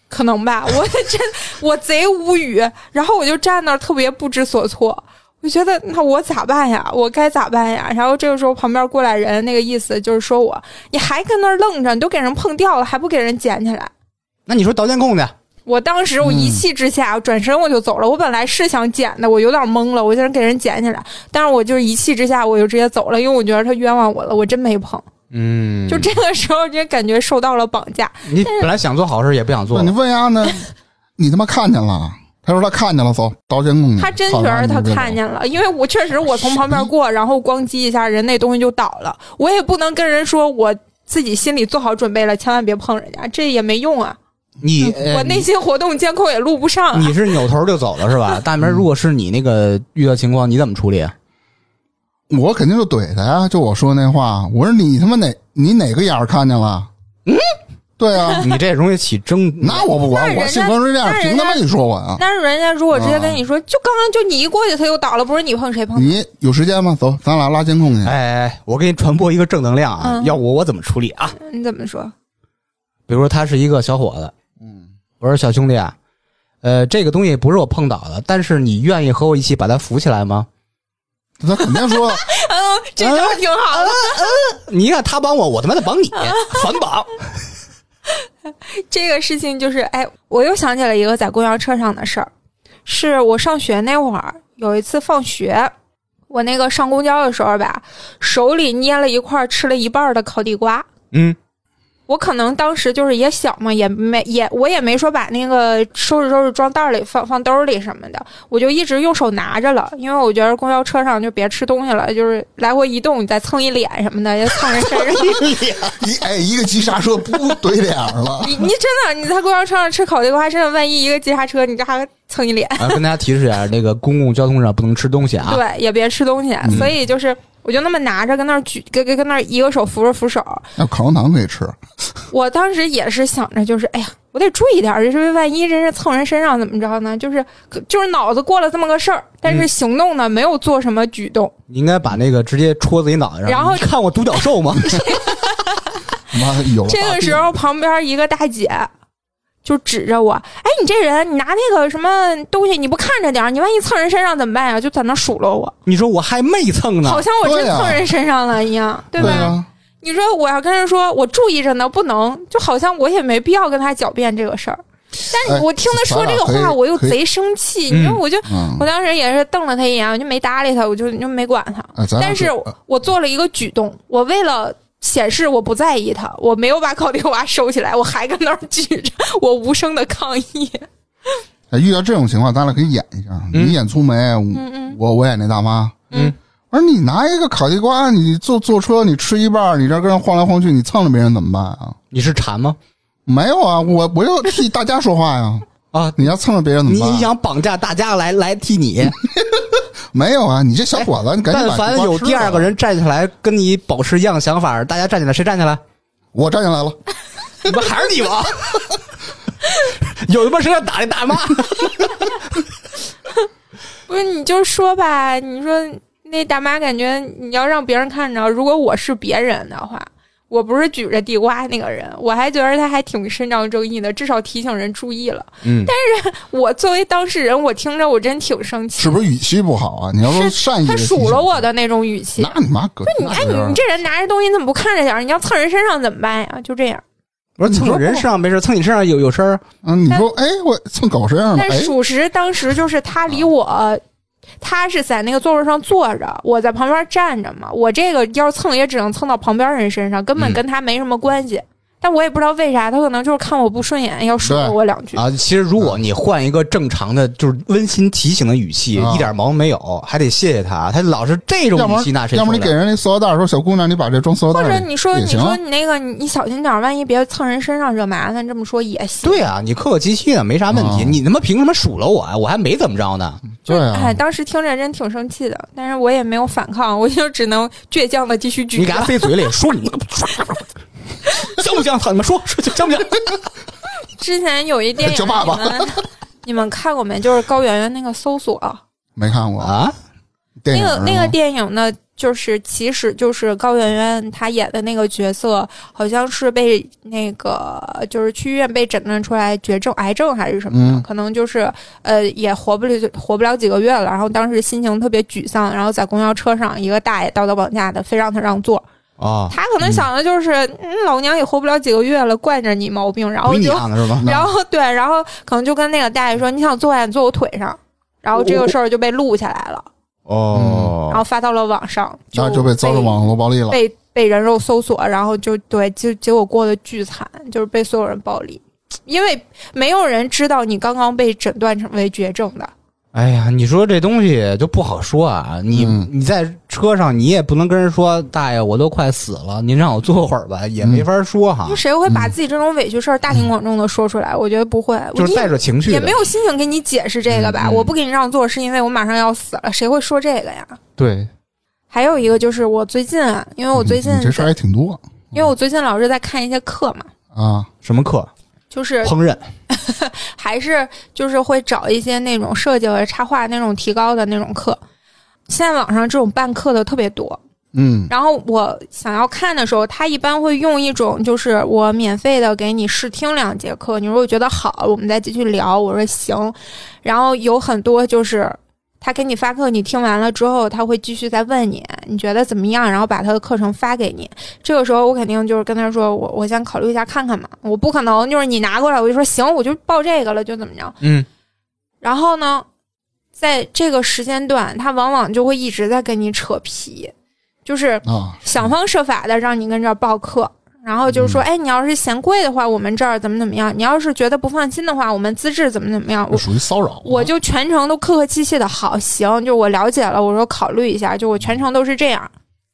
Speaker 2: 可能吧，我真我贼无语，然后我就站那儿特别不知所措，我觉得那我咋办呀？我该咋办呀？然后这个时候旁边过来人那个意思就是说我你还跟那儿愣着，你都给人碰掉了，还不给人捡起来。
Speaker 3: 那你说导监控去，
Speaker 2: 我当时我一气之下，转身我就走了。我本来是想捡的，我有点懵了，我就想给人捡起来，但是我就是一气之下，我就直接走了，因为我觉得他冤枉我了，我真没碰。
Speaker 3: 嗯
Speaker 2: 就这个时候，就感觉受到了绑架。
Speaker 3: 你本来想做好事也不想做
Speaker 1: 对，你，问丫呢，你他妈看见了？他说他看见了，走，刀监控去。
Speaker 2: 他真
Speaker 1: 操
Speaker 2: 觉
Speaker 1: 妈
Speaker 2: 得他
Speaker 1: 你别走
Speaker 2: 看见了，因为我确实我从旁边过，然后咣叽一下，人那东西就倒了。我也不能跟人说我自己心里做好准备了，千万别碰人家，这也没用啊。
Speaker 3: 你呃
Speaker 2: 我内心活动监控也录不上、啊。
Speaker 3: 你是扭头就走了是吧？大明，如果是你那个遇到情况，你怎么处理啊？
Speaker 1: 我肯定就怼他呀，就我说那话，我说你他妈哪你哪个眼儿看见了？嗯，对啊，
Speaker 3: 你这容易起争，
Speaker 1: 那我不管，
Speaker 2: 那人家
Speaker 1: 我性格是这样
Speaker 2: 那，人
Speaker 1: 凭
Speaker 2: 家
Speaker 1: 他妈你说我啊？
Speaker 2: 但是人家如果直接跟你说，就刚刚就你一过去，他就倒了，不是你碰谁碰？
Speaker 1: 你有时间吗？走，咱俩拉监控去。
Speaker 3: 哎哎，我给你传播一个正能量啊！
Speaker 2: 嗯
Speaker 3: 要我我怎么处理啊？
Speaker 2: 你怎么说？
Speaker 3: 比如说他是一个小伙子，
Speaker 1: 嗯，
Speaker 3: 我说小兄弟啊，呃，这个东西不是我碰倒的，但是你愿意和我一起把它扶起来吗？
Speaker 1: 他肯定 说，
Speaker 2: 嗯，这招挺好的。
Speaker 3: 你看他帮我，我他妈的 帮你，反绑。
Speaker 2: 这个事情就是，哎，我又想起了一个在公交车上的事儿，是我上学那会儿，有一次放学，我那个上公交的时候吧，手里捏了一块吃了一半的烤地瓜。
Speaker 3: 嗯，
Speaker 2: 我可能当时就是也小嘛，也没也我也没说把那个收拾收拾装袋里放放兜里什么的，我就一直用手拿着了，因为我觉得公交车上就别吃东西了，就是来回移动，你再蹭一脸什么的，也蹭人身上去。
Speaker 1: 一哎一个急刹车，噗怼脸上了。
Speaker 2: 你你真的你在公交车上吃烤地瓜，真的万一一个急刹车，你这还蹭一脸，
Speaker 3: 啊，跟大家提示一下，那个公共交通上不能吃东西啊。
Speaker 2: 对，也别吃东西。所以就是，我就那么拿着跟那儿举，跟跟跟那儿一个手扶着扶手，
Speaker 1: 那口香糖可以吃，
Speaker 2: 我当时也是想着，就是哎呀，我得注意点儿，就是万一真是蹭人身上怎么着呢？就是就是脑子过了这么个事儿，但是行动呢、没有做什么举动。
Speaker 3: 你应该把那个直接戳自己脑袋上。
Speaker 2: 然后
Speaker 3: 你看我独角 兽吗？
Speaker 1: 妈有了
Speaker 2: 这
Speaker 1: 把
Speaker 2: 个
Speaker 1: 柄
Speaker 2: 时候旁边一个大姐就指着我，哎，你这人，你拿那个什么东西你不看着点儿，你万一蹭人身上怎么办呀？就在那数落我，
Speaker 3: 你说我还没蹭呢
Speaker 2: 好，像我真
Speaker 1: 对啊
Speaker 2: 蹭人身上了一样，对吧？
Speaker 1: 对啊，
Speaker 2: 你说我要跟人说我注意着呢，不能，就好像我也没必要跟他狡辩这个事儿。但
Speaker 1: 哎
Speaker 2: 是我听他说这个
Speaker 1: 咱俩
Speaker 2: 话，
Speaker 1: 可以
Speaker 2: 我又
Speaker 1: 可以
Speaker 2: 贼生气，
Speaker 3: 嗯
Speaker 2: 你说我就
Speaker 1: 嗯
Speaker 2: 我，当时也是瞪了他一眼，我就没搭理他，我就就没管他。
Speaker 1: 哎咱俩
Speaker 2: 但是
Speaker 1: 就
Speaker 2: 我做了一个举动，我为了显示我不在意他，我没有把 烤地瓜收起来，我还跟那儿举着，我无声的抗议。
Speaker 1: 哎遇到这种情况，咱俩可以演一下，
Speaker 3: 嗯
Speaker 1: 你演粗眉，
Speaker 2: 嗯嗯，
Speaker 1: 我我演那大妈。
Speaker 3: 嗯，
Speaker 1: 我说你拿一个烤地瓜，你坐坐车，你吃一半儿，你这跟人晃来晃去，你蹭着别人怎么办啊？
Speaker 3: 你是馋吗？
Speaker 1: 没有啊，我我就替大家说话呀。
Speaker 3: 啊，
Speaker 1: 你要蹭着别人怎
Speaker 3: 你
Speaker 1: 么办？
Speaker 3: 你想绑架大家来来替你？
Speaker 1: 没有啊，你这小伙子，你赶紧
Speaker 3: 但
Speaker 1: 把
Speaker 3: 凡
Speaker 1: 地瓜
Speaker 3: 有
Speaker 1: 吃
Speaker 3: 第二
Speaker 1: 了啊
Speaker 3: 个，人站起来跟你保持一样想法，大家站起来，谁站起 来？
Speaker 1: 我站起来了，
Speaker 3: 你不还是你吗？ 有他妈谁要打那大妈？
Speaker 2: 不是，你就说吧，你说那大妈感觉你要让别人看着，如果我是别人的话，我不是举着地瓜那个人，我还觉得他还挺伸张正义的，至少提醒人注意了。
Speaker 3: 嗯，
Speaker 2: 我作为当事人，我听着我真挺生气。
Speaker 1: 是不是语气不好啊？你要说
Speaker 2: 是
Speaker 1: 善意，
Speaker 2: 他数落我，的那种语气
Speaker 1: 那，你妈搁
Speaker 2: 你
Speaker 1: 那
Speaker 2: 哎，
Speaker 1: 是
Speaker 2: 你这人拿着东西怎么不看着点儿？你要蹭人身上怎么办呀？就这样。
Speaker 3: 我说
Speaker 1: 你
Speaker 3: 蹭
Speaker 1: 说
Speaker 3: 人身上没事，蹭你身上有有事儿。
Speaker 1: 嗯，你
Speaker 2: 但
Speaker 1: 说哎，我蹭狗身上了，
Speaker 2: 但
Speaker 1: 哎，
Speaker 2: 属实，当时就是他离我，他是在那个座位上坐着，我在旁边站着嘛。我这个要是蹭也只能蹭到旁边人身上，根本
Speaker 3: 嗯
Speaker 2: 跟他没什么关系。但我也不知道为啥，他可能就是看我不顺眼，要数落
Speaker 1: 对
Speaker 2: 我两句。
Speaker 3: 啊，其实如果你换一个正常的，就是温馨提醒的语气，
Speaker 1: 啊
Speaker 3: 一点毛病没有，还得谢谢他。他老是这种
Speaker 1: 要不
Speaker 3: 语气，那
Speaker 1: 然
Speaker 3: 谁
Speaker 1: 要
Speaker 3: 受
Speaker 1: 不然你
Speaker 3: 得
Speaker 1: 给
Speaker 3: 了？
Speaker 1: 人那塑料袋说，小姑娘，你把这装塑料
Speaker 2: 或
Speaker 1: 袋里，
Speaker 2: 者你说，
Speaker 1: 也
Speaker 2: 你
Speaker 1: 行啊
Speaker 2: 说你那个，你你小心点儿，万一别蹭人身上惹麻烦，这么说也行。
Speaker 3: 对啊，你客客气气的没啥问题。
Speaker 1: 啊
Speaker 3: 你他妈凭什么数落我啊？我还没怎么着呢。
Speaker 1: 对啊，
Speaker 2: 哎，当时听着真挺生气的，但是我也没有反抗，我就只能倔强的继续
Speaker 3: 你
Speaker 2: 举
Speaker 3: 给
Speaker 2: 着
Speaker 3: 他。塞嘴里，说你 像不像？操你们说说像不像？
Speaker 2: 之前有一电影，
Speaker 1: 叫爸爸
Speaker 2: 你们 你们看过没？就是高圆圆那个搜索，
Speaker 1: 没看过
Speaker 3: 啊，
Speaker 1: 电
Speaker 2: 那
Speaker 1: 影是
Speaker 2: 个那个
Speaker 1: 吗
Speaker 2: 电影呢，就是其实就是高圆圆她演的那个角色，好像是被那个就是去医院被诊断出来绝症、癌症还是什么的，
Speaker 1: 嗯
Speaker 2: 可能就是呃也活不了活不了几个月了。然后当时心情特别沮丧，然后在公交车上一个大爷道德绑架的，非让他让座。
Speaker 3: 啊，
Speaker 2: 他可能想的就是，嗯，老娘也活不了几个月了，惯着你毛病，然后
Speaker 3: 没 你
Speaker 2: 就
Speaker 3: 样子是吧？
Speaker 2: 然后对，然后可能就跟那个大爷说，你想坐下，你坐我腿上。然后这个事儿就被录下来了，
Speaker 3: 哦
Speaker 2: 然后发到了网上，
Speaker 1: 那就被遭受网络暴力了。
Speaker 2: 被被人肉搜索，然后就对，就结果过得巨惨，就是被所有人暴力，因为没有人知道你刚刚被诊断成为绝症的。
Speaker 3: 哎呀，你说这东西就不好说啊！你、
Speaker 1: 嗯
Speaker 3: 你在车上，你也不能跟人说，大爷，我都快死了，您让我坐会儿吧，也没法说哈
Speaker 2: 就。谁会把自己这种委屈事儿大庭广众的说出来？我觉得不会，
Speaker 3: 就
Speaker 2: 我
Speaker 3: 是带着情绪
Speaker 2: 也也
Speaker 3: 的
Speaker 2: 没有心情给你解释这个吧。
Speaker 3: 嗯嗯
Speaker 2: 我不给你让座，是因为我马上要死了，谁会说这个呀？
Speaker 3: 对，
Speaker 2: 还有一个就是我最近啊，因为我最近
Speaker 1: 你嗯这事
Speaker 2: 在
Speaker 1: 儿还挺多
Speaker 2: 因为我最近老是在看一些课嘛，
Speaker 1: 啊，
Speaker 3: 什么课？
Speaker 2: 就是
Speaker 3: 烹饪嗯
Speaker 2: 还是就是会找一些那种设计和插画那种提高的那种课。现在网上这种办课的特别多，
Speaker 1: 嗯
Speaker 2: 然后我想要看的时候，他一般会用一种就是我免费的给你试听两节课，你如果觉得好，我们再继续聊。我说行，然后有很多就是他给你发课，你听完了之后，他会继续再问你你觉得怎么样，然后把他的课程发给你。这个时候我肯定就是跟他说我我先考虑一下看看嘛，我不可能就是你拿过来我就说行，我就报这个了就怎么着。
Speaker 3: 嗯，
Speaker 2: 然后呢，在这个时间段，他往往就会一直在跟你扯皮，就是。
Speaker 1: 啊，
Speaker 2: 想方设法的让你跟这儿报课，然后就是说，
Speaker 1: 嗯
Speaker 2: 哎，你要是嫌贵的话，我们这儿怎么怎么样；你要是觉得不放心的话，我们资质怎么怎么样。
Speaker 1: 这
Speaker 2: 我
Speaker 1: 属于骚扰。啊
Speaker 2: 我就全程都客客气气的，好，行，就我了解了，我说考虑一下，就我全程都是这样，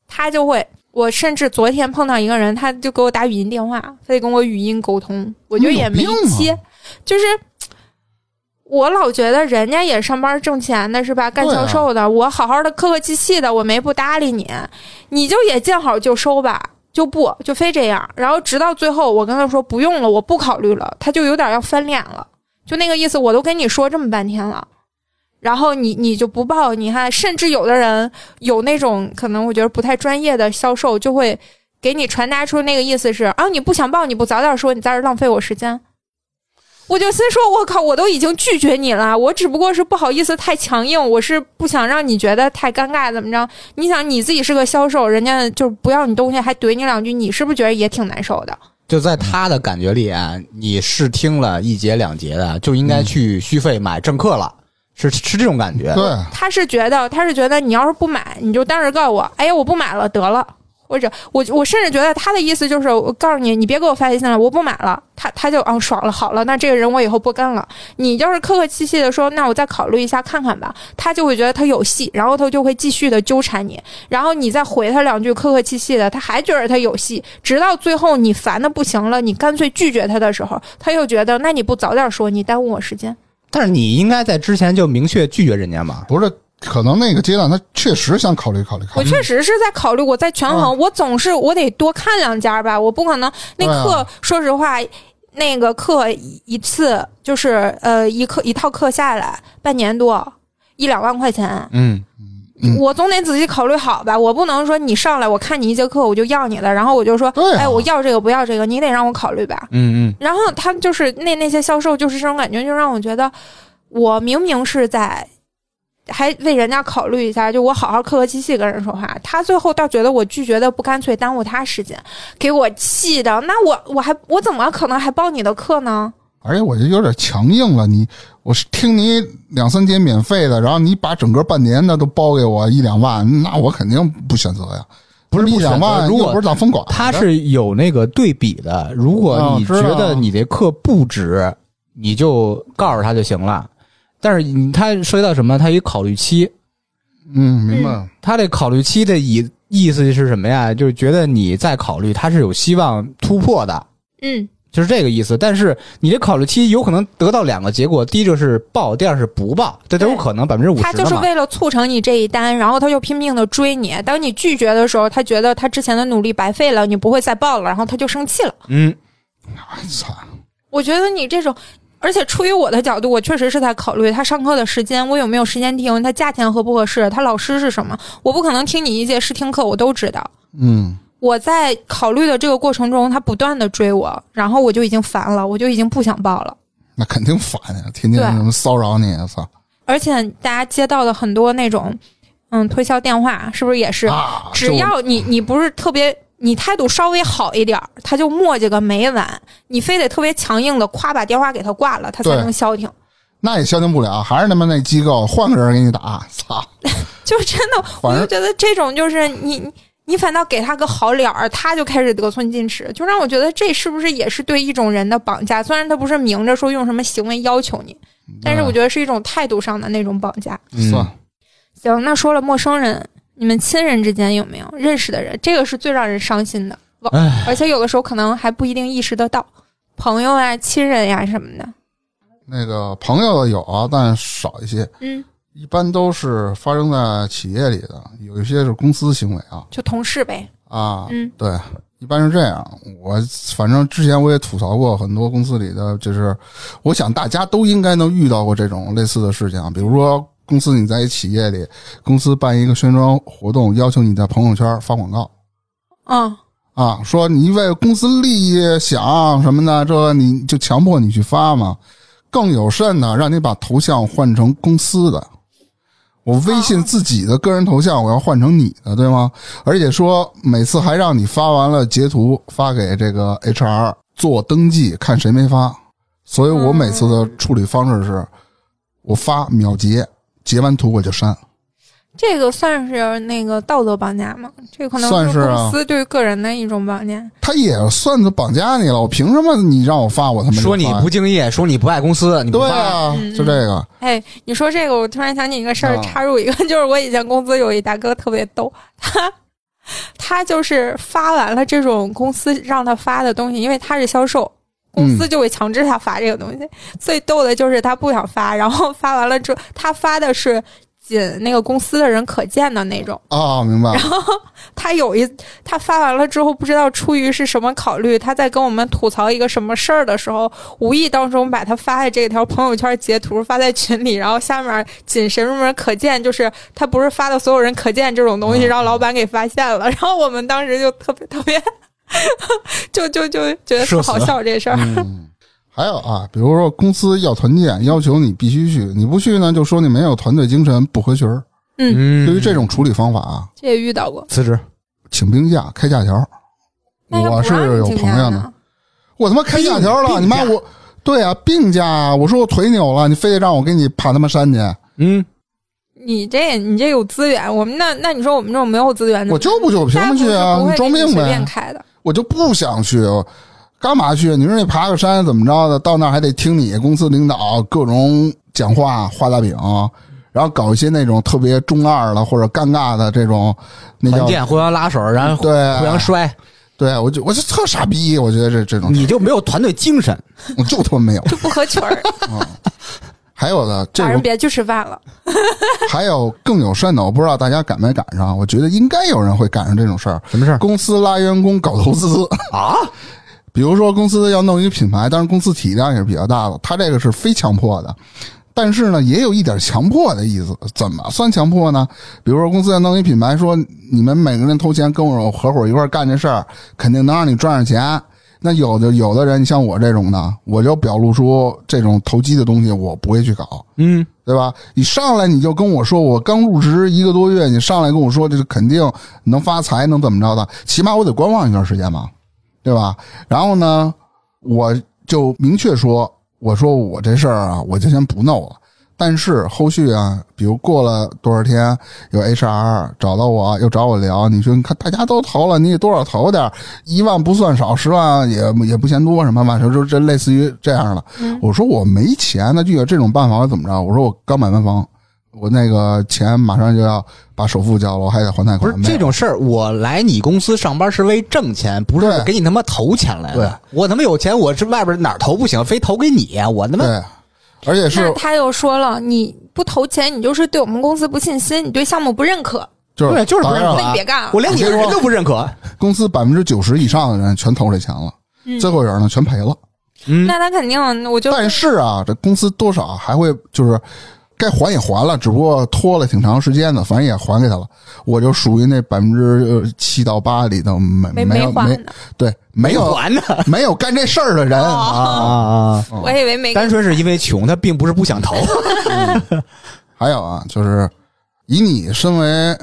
Speaker 2: 他就会。我甚至昨天碰到一个人，他就给我打语音电话，非得跟我语音沟通，我觉得也没
Speaker 1: 你有病啊
Speaker 2: 接，就是我老觉得人家也上班挣钱的是吧？干
Speaker 1: 对啊
Speaker 2: 销售的，我好好的客客气气的，我没不搭理你，你就也见好就收吧，就不就非这样。然后直到最后，我跟他说不用了，我不考虑了，他就有点要翻脸了，就那个意思，我都跟你说这么半天了。然后你你就不报，你还甚至有的人有那种可能，我觉得不太专业的销售就会给你传达出那个意思是啊，你不想报，你不早点说，你在这儿浪费我时间。我就心说，我靠，我都已经拒绝你了，我只不过是不好意思太强硬，我是不想让你觉得太尴尬，怎么着？你想你自己是个销售，人家就是不要你东西还怼你两句，你是不是觉得也挺难受的？
Speaker 3: 就在他的感觉里啊，你试听了一节两节的，就应该去续费买正课了，是是这种感觉。
Speaker 1: 对，
Speaker 2: 他是觉得，他是觉得你要是不买，你就当时告诉我，哎呀，我不买了，得了。或者我我甚至觉得他的意思就是，我告诉你，你别给我发微信了，我不买了。他他就哦爽了，好了，那这个人我以后不跟了。你要是客客气气的说，那我再考虑一下看看吧，他就会觉得他有戏，然后他就会继续的纠缠你，然后你再回他两句客客气气的，他还觉得他有戏，直到最后你烦的不行了，你干脆拒绝他的时候，他又觉得那你不早点说，你耽误我时间。
Speaker 3: 但是你应该在之前就明确拒绝人家嘛。
Speaker 1: 不是，可能那个阶段他确实想考虑考虑考
Speaker 2: 我
Speaker 1: 虑。
Speaker 2: 确实是在考虑，我在权
Speaker 1: 嗯
Speaker 2: 衡，我总是我得多看两家吧，我不可能那
Speaker 1: 对啊
Speaker 2: 课，说实话，那个课一一次就是呃一课一套课下来半年多一两万块钱，
Speaker 3: 嗯，
Speaker 1: 嗯
Speaker 2: 我总得仔细考虑好吧，我不能说你上来我看你一节课我就要你了，然后我就说，
Speaker 1: 对啊
Speaker 2: 哎，我要这个不要这个，你得让我考虑吧。
Speaker 3: 嗯嗯，
Speaker 2: 然后他就是那那些销售就是这种感觉，就让我觉得我明明是在还为人家考虑一下，就我好好客客气气跟人说话，他最后倒觉得我拒绝的不干脆，耽误他时间，给我气的。那我我还我怎么可能还报你的课呢？
Speaker 1: 而且我就有点强硬了，你我是听你两三节免费的，然后你把整个半年的都包给我一两万，那我肯定不选择呀。
Speaker 3: 不是
Speaker 1: 一
Speaker 3: 不选择
Speaker 1: 两万，
Speaker 3: 如果
Speaker 1: 又不是当风管，
Speaker 3: 它是有那个对比的。如果你
Speaker 1: 哦知道
Speaker 3: 觉得你这课不值，你就告诉他就行了。但是你它涉及到什么？它有一考虑期，
Speaker 1: 嗯，明白了。
Speaker 3: 他这考虑期的意意思是什么呀？就是觉得你在考虑，他是有希望突破的，
Speaker 2: 嗯，
Speaker 3: 就是这个意思。但是你这考虑期有可能得到两个结果，第一个是报，第二是不报，这都有可能百分之五
Speaker 2: 他
Speaker 3: 十
Speaker 2: 就是
Speaker 3: 的嘛。
Speaker 2: 为了促成你这一单，然后他就拼命的追你。当你拒绝的时候，他觉得他之前的努力白费了，你不会再报了，然后他就生气了。
Speaker 3: 嗯，
Speaker 1: 哎操，
Speaker 2: 我觉得你这种，而且出于我的角度，我确实是在考虑他上课的时间，我有没有时间听，他价钱合不合适，他老师是什么，我不可能听你一节试听课我都知道。
Speaker 1: 嗯，
Speaker 2: 我在考虑的这个过程中，他不断的追我，然后我就已经烦了，我就已经不想报了。
Speaker 1: 那肯定烦呀，天天
Speaker 2: 对
Speaker 1: 什么骚扰你，啊操
Speaker 2: 而且大家接到的很多那种，嗯，推销电话是不是也是？
Speaker 1: 啊！
Speaker 2: 只
Speaker 1: 就
Speaker 2: 要你你不是特别，你态度稍微好一点儿，他就磨叽个没完。你非得特别强硬的夸把电话给他挂了，他才
Speaker 1: 对
Speaker 2: 能消停。
Speaker 1: 那也消停不了，还是他妈那机构换个人给你打， 操！
Speaker 2: 就真的，我
Speaker 1: 反
Speaker 2: 就
Speaker 1: 而
Speaker 2: 觉得这种就是你你你反倒给他个好脸儿，他就开始得寸进尺，就让我觉得这是不是也是对一种人的绑架？虽然他不是明着说用什么行为要求你，嗯但是我觉得是一种态度上的那种绑架。
Speaker 1: 嗯算了
Speaker 2: 行，那说了陌生人，你们亲人之间有没有认识的人？这个是最让人伤心的，我
Speaker 3: 唉
Speaker 2: 而且有的时候可能还不一定意识得到，朋友啊、亲人呀、什么的。
Speaker 1: 那个朋友有啊，但少一些，
Speaker 2: 嗯，
Speaker 1: 一般都是发生在企业里的，有一些是公司行为啊
Speaker 2: 就同事呗。
Speaker 1: 啊，
Speaker 2: 嗯
Speaker 1: 对，一般是这样。我反正之前我也吐槽过很多公司里的，就是我想大家都应该能遇到过这种类似的事情啊，比如说公司你在一企业里，公司办一个宣传活动，要求你在朋友圈发广告。
Speaker 2: 嗯，
Speaker 1: 啊，说你为公司利益想什么的，这你就强迫你去发嘛。更有甚呢，让你把头像换成公司的。我微信
Speaker 3: 啊
Speaker 1: 自己的个人头像，我要换成你的，对吗？而且说每次还让你发完了截图发给这个 HR 做登记，看谁没发。所以我每次的
Speaker 3: 嗯
Speaker 1: 处理方式是，我发秒截，截完图我就删。
Speaker 2: 这个算是那个道德绑架吗？这可能
Speaker 1: 算是啊
Speaker 2: 公司对个人的一种绑架。
Speaker 1: 他也算是绑架你了，我凭什么你让我发我他妈就
Speaker 3: 说你
Speaker 1: 发呀
Speaker 3: 不敬业，说你不爱公司，你不
Speaker 1: 对
Speaker 3: 发，
Speaker 1: 啊
Speaker 2: 嗯，
Speaker 1: 就这个。
Speaker 2: 哎，你说这个，我突然想起一个事儿，
Speaker 1: 啊
Speaker 2: 插入一个，就是我以前公司有一大哥特别逗，他他就是发完了这种公司让他发的东西，因为他是销售。
Speaker 1: 嗯
Speaker 2: 公司就会强制他发这个东西，最逗的就是他不想发，然后发完了之后，他发的是仅那个公司的人可见的那种。
Speaker 1: 哦，明白了
Speaker 2: 然。后他有一他发完了之后，不知道出于是什么考虑，他在跟我们吐槽一个什么事儿的时候，无意当中把他发的这条朋友圈截图发在群里，然后下面仅什么人可见，就是他不是发到所有人可见这种东西，
Speaker 1: 嗯
Speaker 2: 让老板给发现了。然后我们当时就特别特别。就就就觉得
Speaker 3: 社
Speaker 2: 特
Speaker 3: 死
Speaker 2: 好笑这事儿，
Speaker 1: 嗯，还有啊，比如说公司要团建，要求你必须去，你不去呢，就说你没有团队精神，不合群儿。
Speaker 3: 嗯
Speaker 1: 对于这种处理方法啊，
Speaker 2: 这也遇到过。
Speaker 3: 辞职，
Speaker 1: 请病假、开假条。
Speaker 2: 那要
Speaker 1: 我
Speaker 2: 不
Speaker 1: 是
Speaker 2: 让
Speaker 1: 有
Speaker 2: 你请
Speaker 1: 朋
Speaker 2: 假
Speaker 1: 友
Speaker 2: 呢
Speaker 1: 的，，我他妈开假条
Speaker 3: 病
Speaker 1: 了，你妈
Speaker 3: 病假
Speaker 1: 我。对啊，病假啊！我说我腿扭了，你非得让我给你爬他妈山去，
Speaker 3: 嗯，
Speaker 2: 你这你这有资源，我们那那你说我们这种没有资源的，
Speaker 1: 我就不去，我凭什么去啊？
Speaker 2: 不会
Speaker 1: 你装
Speaker 2: 给你
Speaker 1: 病
Speaker 2: 随
Speaker 1: 呗
Speaker 2: 便！开的。
Speaker 1: 我就不想去，干嘛去？你说你爬个山怎么着的？到那儿还得听你公司领导各种讲话画大饼，然后搞一些那种特别中二的或者尴尬的这种，那
Speaker 3: 团
Speaker 1: 叫
Speaker 3: 建互相拉手，然后互
Speaker 1: 对
Speaker 3: 相摔，
Speaker 1: 对，我就我就特傻逼，我觉得这这 种
Speaker 3: 你就没有团队精神。
Speaker 1: 我就他妈没有。
Speaker 2: 就不合群 儿，
Speaker 1: 还有的这
Speaker 2: 晚上
Speaker 1: 种，
Speaker 2: 别去吃饭了。
Speaker 1: 还有更有甚的，我不知道大家赶没赶上，我觉得应该有人会赶上这种事儿。
Speaker 3: 什么事儿
Speaker 1: 公司拉员工搞投资，
Speaker 3: 啊？
Speaker 1: 比如说公司要弄一个品牌，但是公司体量也是比较大的，他这个是非强迫的。但是呢，也有一点强迫的意思。怎么算强迫呢？比如说，公司要弄一品牌，说你们每个人投钱跟我合伙一块儿干这事儿，肯定能让你赚上钱。那有的有的人，你像我这种的，我就表露出这种投机的东西，我不会去搞，
Speaker 3: 嗯，
Speaker 1: 对吧？你上来你就跟我说，我刚入职一个多月，你上来跟我说这是肯定能发财，能怎么着的？起码我得观望一段时间嘛，对吧？然后呢，我就明确说，我说我这事儿啊，我就先不弄了。但是后续啊，比如过了多少天，有 HR 找到我，又找我聊，你说你看大家都投了，你也多少投点儿，一万不算少，十万啊也也不嫌多，什么反正就这类似于这样的。
Speaker 2: 嗯
Speaker 1: 我说我没钱，那啊就有这种办法，我怎么着？我说我刚买完房，我那个钱马上就要把首付交了，我还得还贷
Speaker 3: 不
Speaker 1: 款。
Speaker 3: 是
Speaker 1: 没有
Speaker 3: 这种事儿，我来你公司上班是为挣钱，不是
Speaker 1: 对
Speaker 3: 给你他妈投钱来的。我他妈有钱，我这外边哪儿投不行，非投给你，我他妈
Speaker 1: 对，而且
Speaker 2: 那
Speaker 1: 是
Speaker 2: 他又说了，你不投钱，你就是对我们公司不信心，你对项目不认可，
Speaker 1: 就是
Speaker 3: 对就是不
Speaker 1: 当然
Speaker 3: 是
Speaker 1: 了
Speaker 2: 那你别干了
Speaker 3: 我。连你的人都不认可。
Speaker 1: 公司百分之九十以上的人全投这钱了，
Speaker 2: 嗯
Speaker 1: 最后有人呢全赔了。
Speaker 3: 嗯，
Speaker 2: 那他肯定，我就
Speaker 1: 但是啊，这公司多少还会就是该还也还了，只不过拖了挺长时间的，反正也还给他了。我就属于那百分之七到八里头没
Speaker 2: 没
Speaker 1: 没有
Speaker 2: 还
Speaker 1: 没
Speaker 2: 呢。
Speaker 1: 对没有
Speaker 3: 还呢
Speaker 1: 没有干这事儿的人
Speaker 2: 哦
Speaker 1: 啊。
Speaker 3: 哎啊啊！
Speaker 2: 我以为没
Speaker 3: 单纯是因为穷，他并不是不 想投。
Speaker 1: 还有啊，就是以你身为。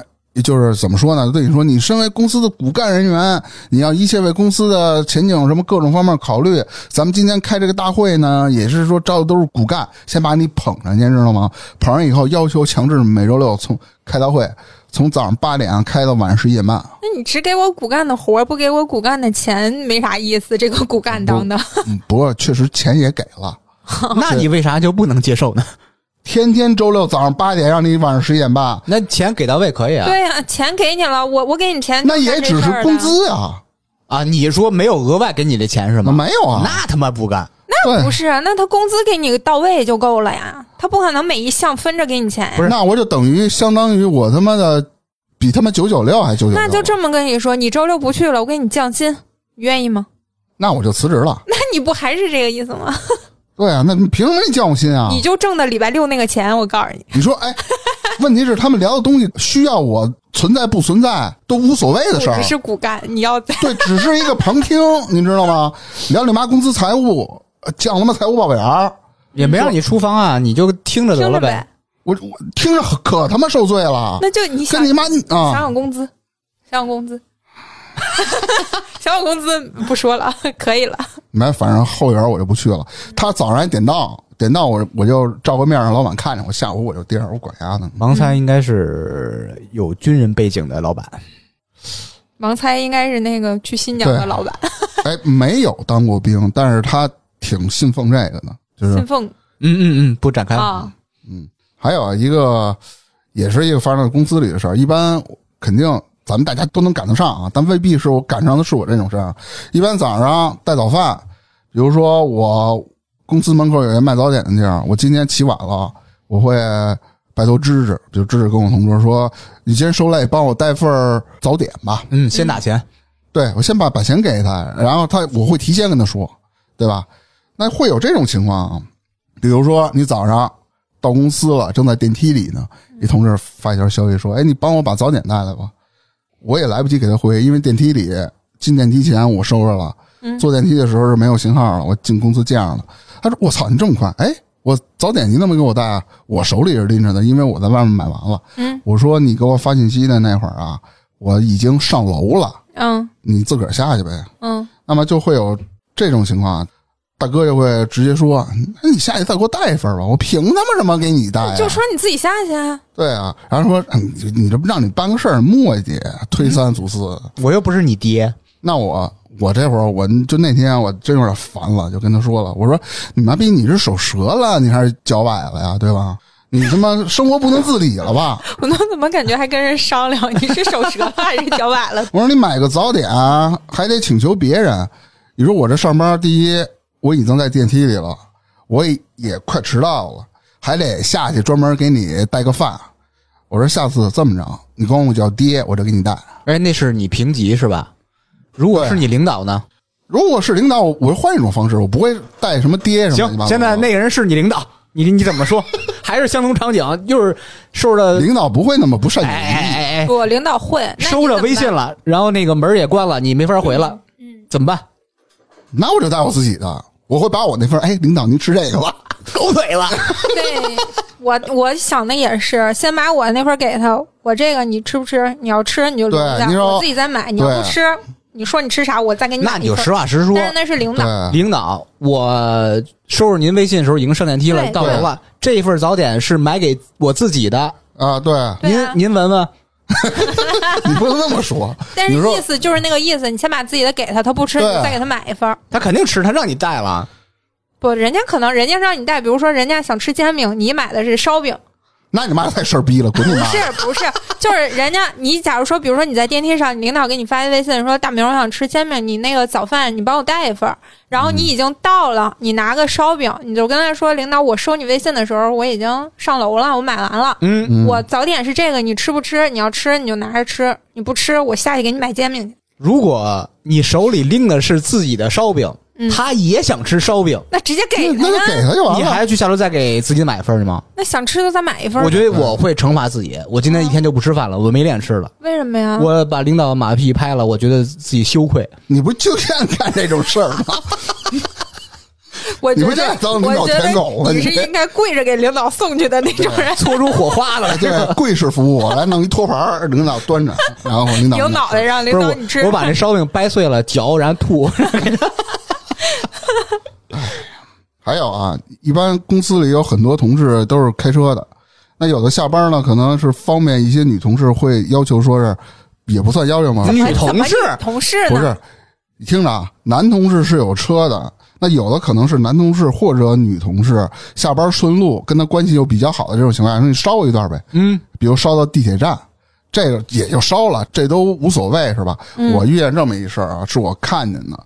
Speaker 1: 就是怎么说呢？对你说，你身为公司的骨干人员，你要一切为公司的前景什么各种方面考虑。咱们今天开这个大会呢，也是说招的都是骨干，先把你捧上去，知道吗？捧上以后，要求强制每周六从开大会，从早上八点开到晚上十一点半。
Speaker 2: 那你只给我骨干的活儿，不给我骨干的钱，没啥意思。这个骨干当的，
Speaker 1: 嗯，不过确实钱也给了，
Speaker 3: 那你为啥就不能接受呢？
Speaker 1: 天天周六早上八点让你晚上十一点半，
Speaker 3: 那钱给到位可以啊。
Speaker 2: 对呀、钱给你了，我我给你钱，
Speaker 1: 那也只是工，资啊，
Speaker 3: 啊，你说没有额外给你的钱是吗？
Speaker 1: 没有啊，
Speaker 3: 那他妈不干。
Speaker 1: 对
Speaker 2: 不是啊？那他工资给你到位就够了呀，他不可能每一项分着给你钱呀。
Speaker 1: 不是，那我就等于相当于我他妈的比他妈九九六还九九六，
Speaker 2: 那就这么跟你说，你周六不去了，我给你降薪，你愿意吗？
Speaker 1: 那我就辞职了。
Speaker 2: 那你不还是这个意思吗？
Speaker 1: 对啊，那你凭什么你降我薪啊？
Speaker 2: 你就挣的礼拜六那个钱，我告诉你，
Speaker 1: 你说， 哎，问题是他们聊的东西需要我存在不存在都无所谓的事
Speaker 2: 我
Speaker 1: 儿
Speaker 2: 只，是骨干，你要在
Speaker 1: 对，只是一个旁听，你知道吗？聊你妈公司财务，呃降他妈财务报表员儿，
Speaker 3: 也没让你出方案，你就听着得
Speaker 2: 听
Speaker 3: 了
Speaker 2: 着
Speaker 3: 呗
Speaker 2: 呗。。
Speaker 1: 我我听着可他妈受罪了。
Speaker 2: 那就你想
Speaker 1: 跟你妈你
Speaker 2: 想
Speaker 1: 啊，
Speaker 2: 想工资，想想工资， 想想工资不说了，可以了。
Speaker 1: 没，反正后园我就不去了。他早上还点到点到我，我就照个面让老板看见我，下午我就盯着我管丫的。
Speaker 3: 盲猜应该是有军人背景的老板，
Speaker 2: 盲猜应该是那个去新疆的老板，
Speaker 1: 哎，没有当过兵，但是他挺信奉这个的，就是
Speaker 2: 信奉
Speaker 3: 嗯嗯嗯，不展开了
Speaker 2: 啊，
Speaker 1: 还有啊一个也是一个发生在公司里的事儿，一般肯定咱们大家都能赶得上啊，但未必是我赶上的是我这种事儿。啊一般早上带早饭，比如说我公司门口有一个卖早点的地儿，我今天起晚了，我会拜托芝芝，比如芝芝跟我同桌说：“你今天受累，帮我带份儿早点吧。”
Speaker 3: 嗯，先打钱。
Speaker 1: 对我先把把钱给他，然后他我会提前跟他说，对吧？那会有这种情况啊，比如说你早上到公司了，正在电梯里呢，一同事发一条消息说：“哎，你帮我把早点带来吧。”我也来不及给他回，因为电梯里进电梯前我收拾了，
Speaker 2: 嗯
Speaker 1: 坐电梯的时候是没有信号了，我进公司这样了。他说：“我操，你这么快？哎，我早点你怎么给我带啊？我手里是拎着的，因为我在外面买完了。”
Speaker 2: 嗯，
Speaker 1: 我说：“你给我发信息的那会儿啊，我已经上楼了。”
Speaker 2: 嗯
Speaker 1: 你自个儿下去呗。
Speaker 2: 嗯，
Speaker 1: 那么就会有这种情况，啊大哥就会直接说：“那你下去再给我带一份吧，我凭他妈什么给你带、哎呀？”
Speaker 2: 就说你自己下去啊。
Speaker 1: 对啊，然后说嗯你你这不让你办个事儿磨叽，推三阻四。
Speaker 3: 我又不是你爹，
Speaker 1: 那我我这会儿我就那天我真有点烦了，就跟他说了，我说你妈逼你是手折了，你还是脚崴了呀，对吧？你他妈生活不能自理了吧？
Speaker 2: 我都怎么感觉还跟人商量，你是手折了还是脚崴了？
Speaker 1: 我说你买个早点啊还得请求别人。你说我这上班，第一我已经在电梯里了，我也快迟到了，还得下去专门给你带个饭。我说下次这么着，你管我叫爹，我就给你带。
Speaker 3: 哎，那是你评级是吧？如果是你领导呢？
Speaker 1: 如果是领导，我会换一种方式，我不会带什么爹什么乱七八糟的。
Speaker 3: 个人是你领导，你你怎么说？ 还是相同场景，又是收拾了，
Speaker 1: 领导不会那么不善
Speaker 3: 哎
Speaker 1: 解人意。
Speaker 3: 哎哎哎，
Speaker 2: 不，领导混，那你
Speaker 3: 收
Speaker 2: 怎
Speaker 3: 着
Speaker 2: 么
Speaker 3: 微信
Speaker 2: 办，
Speaker 3: 了，然后那个门儿也关了，你没法回了，
Speaker 2: 嗯，
Speaker 3: 怎么办？
Speaker 1: 那我就带我自己的，我会把我那份儿哎，领导您吃这个吧，
Speaker 3: 狗腿了，
Speaker 2: 对，我我想的也是，先把我那份儿给他，我这个你吃不吃？你要吃你就留
Speaker 1: 对
Speaker 2: 下
Speaker 1: 你，说
Speaker 2: 我自己再买。你要
Speaker 1: 对
Speaker 2: 不吃，你说你吃啥，我再给你买
Speaker 3: 那你就
Speaker 2: 一份
Speaker 3: 实话实说。
Speaker 2: 但是那是领导，
Speaker 1: 对，
Speaker 3: 领导，我收拾您微信的时候已经上电梯了，
Speaker 2: 对
Speaker 3: 到楼了。这份早点是买给我自己的，
Speaker 1: 啊，对，
Speaker 2: 对啊
Speaker 3: 您您闻闻，
Speaker 1: 你不能那么说，
Speaker 2: 但是
Speaker 1: 你说
Speaker 2: 意思就是那个意思，你先把自己的给他，他不吃，你
Speaker 1: 对
Speaker 2: 就再给他买一份儿。
Speaker 3: 他肯定吃，他让你带了。
Speaker 2: 不，人家可能人家让你带，比如说人家想吃煎饼，你买的是烧饼，
Speaker 1: 那你妈太事儿逼了，滚你
Speaker 2: 不
Speaker 1: 妈！
Speaker 2: 是不是，就是人家你假如说，比如说你在电梯上，你领导给你发一微信说大明我想吃煎饼，你那个早饭你帮我带一份儿，然
Speaker 1: 嗯
Speaker 2: 后你已经到了，你拿个烧饼，你就跟他说领导我收你微信的时候我已经上楼了，我买完了。
Speaker 3: 嗯，
Speaker 1: 嗯
Speaker 2: 我早点是这个，你吃不吃？你要吃你就拿着吃，你不吃我下去给你买煎饼去。
Speaker 3: 如果你手里拎的是自己的烧饼，
Speaker 2: 嗯
Speaker 3: 他也想吃烧饼，
Speaker 2: 那直接给
Speaker 1: 那
Speaker 2: 他
Speaker 1: 那就
Speaker 2: 呢？
Speaker 1: 给他就完
Speaker 3: 你
Speaker 1: 了。
Speaker 3: 还去下楼再给自己买一份儿吗？
Speaker 2: 那想吃就再买一份儿呗。
Speaker 3: 我觉得我会惩罚自己，我今天一天就不吃饭了，我没脸吃了，
Speaker 2: 为什么呀？
Speaker 3: 我把领导马屁拍了，我觉得自己羞愧。
Speaker 1: 你不就愿干这种事儿吗？
Speaker 2: 我
Speaker 1: 你
Speaker 2: 觉
Speaker 1: 不就
Speaker 2: 得
Speaker 1: 想当领
Speaker 2: 我
Speaker 1: 导
Speaker 2: 觉
Speaker 1: 舔狗吗
Speaker 2: 得你是
Speaker 1: 你
Speaker 2: 应该跪着给领导送去的那种人，
Speaker 3: 搓出火花 了，这
Speaker 1: 对，贵式服务，我来弄一托盘儿，领导端 着，然后领导
Speaker 2: 有脑袋让领
Speaker 3: 不是
Speaker 2: 导你吃
Speaker 3: 我，我。把这烧饼掰碎了嚼，然后 吐。
Speaker 1: 还有啊，一般公司里有很多同事都是开车的，那有的下班呢，可能是方便一些女同事会要求说是，也不算要求嘛，
Speaker 3: 女
Speaker 2: 哎怎么
Speaker 3: 同事
Speaker 2: 女同事
Speaker 1: 不
Speaker 2: 呢
Speaker 1: 是，，你听着啊，男同事是有车的，那有的可能是男同事或者女同事下班顺路，跟他关系又比较好的这种情况下，说你捎我一段呗，
Speaker 3: 嗯，，
Speaker 1: 比如捎到地铁站，这个也就捎了，这都无所谓是吧？我遇见这么一事儿啊，是我看见的，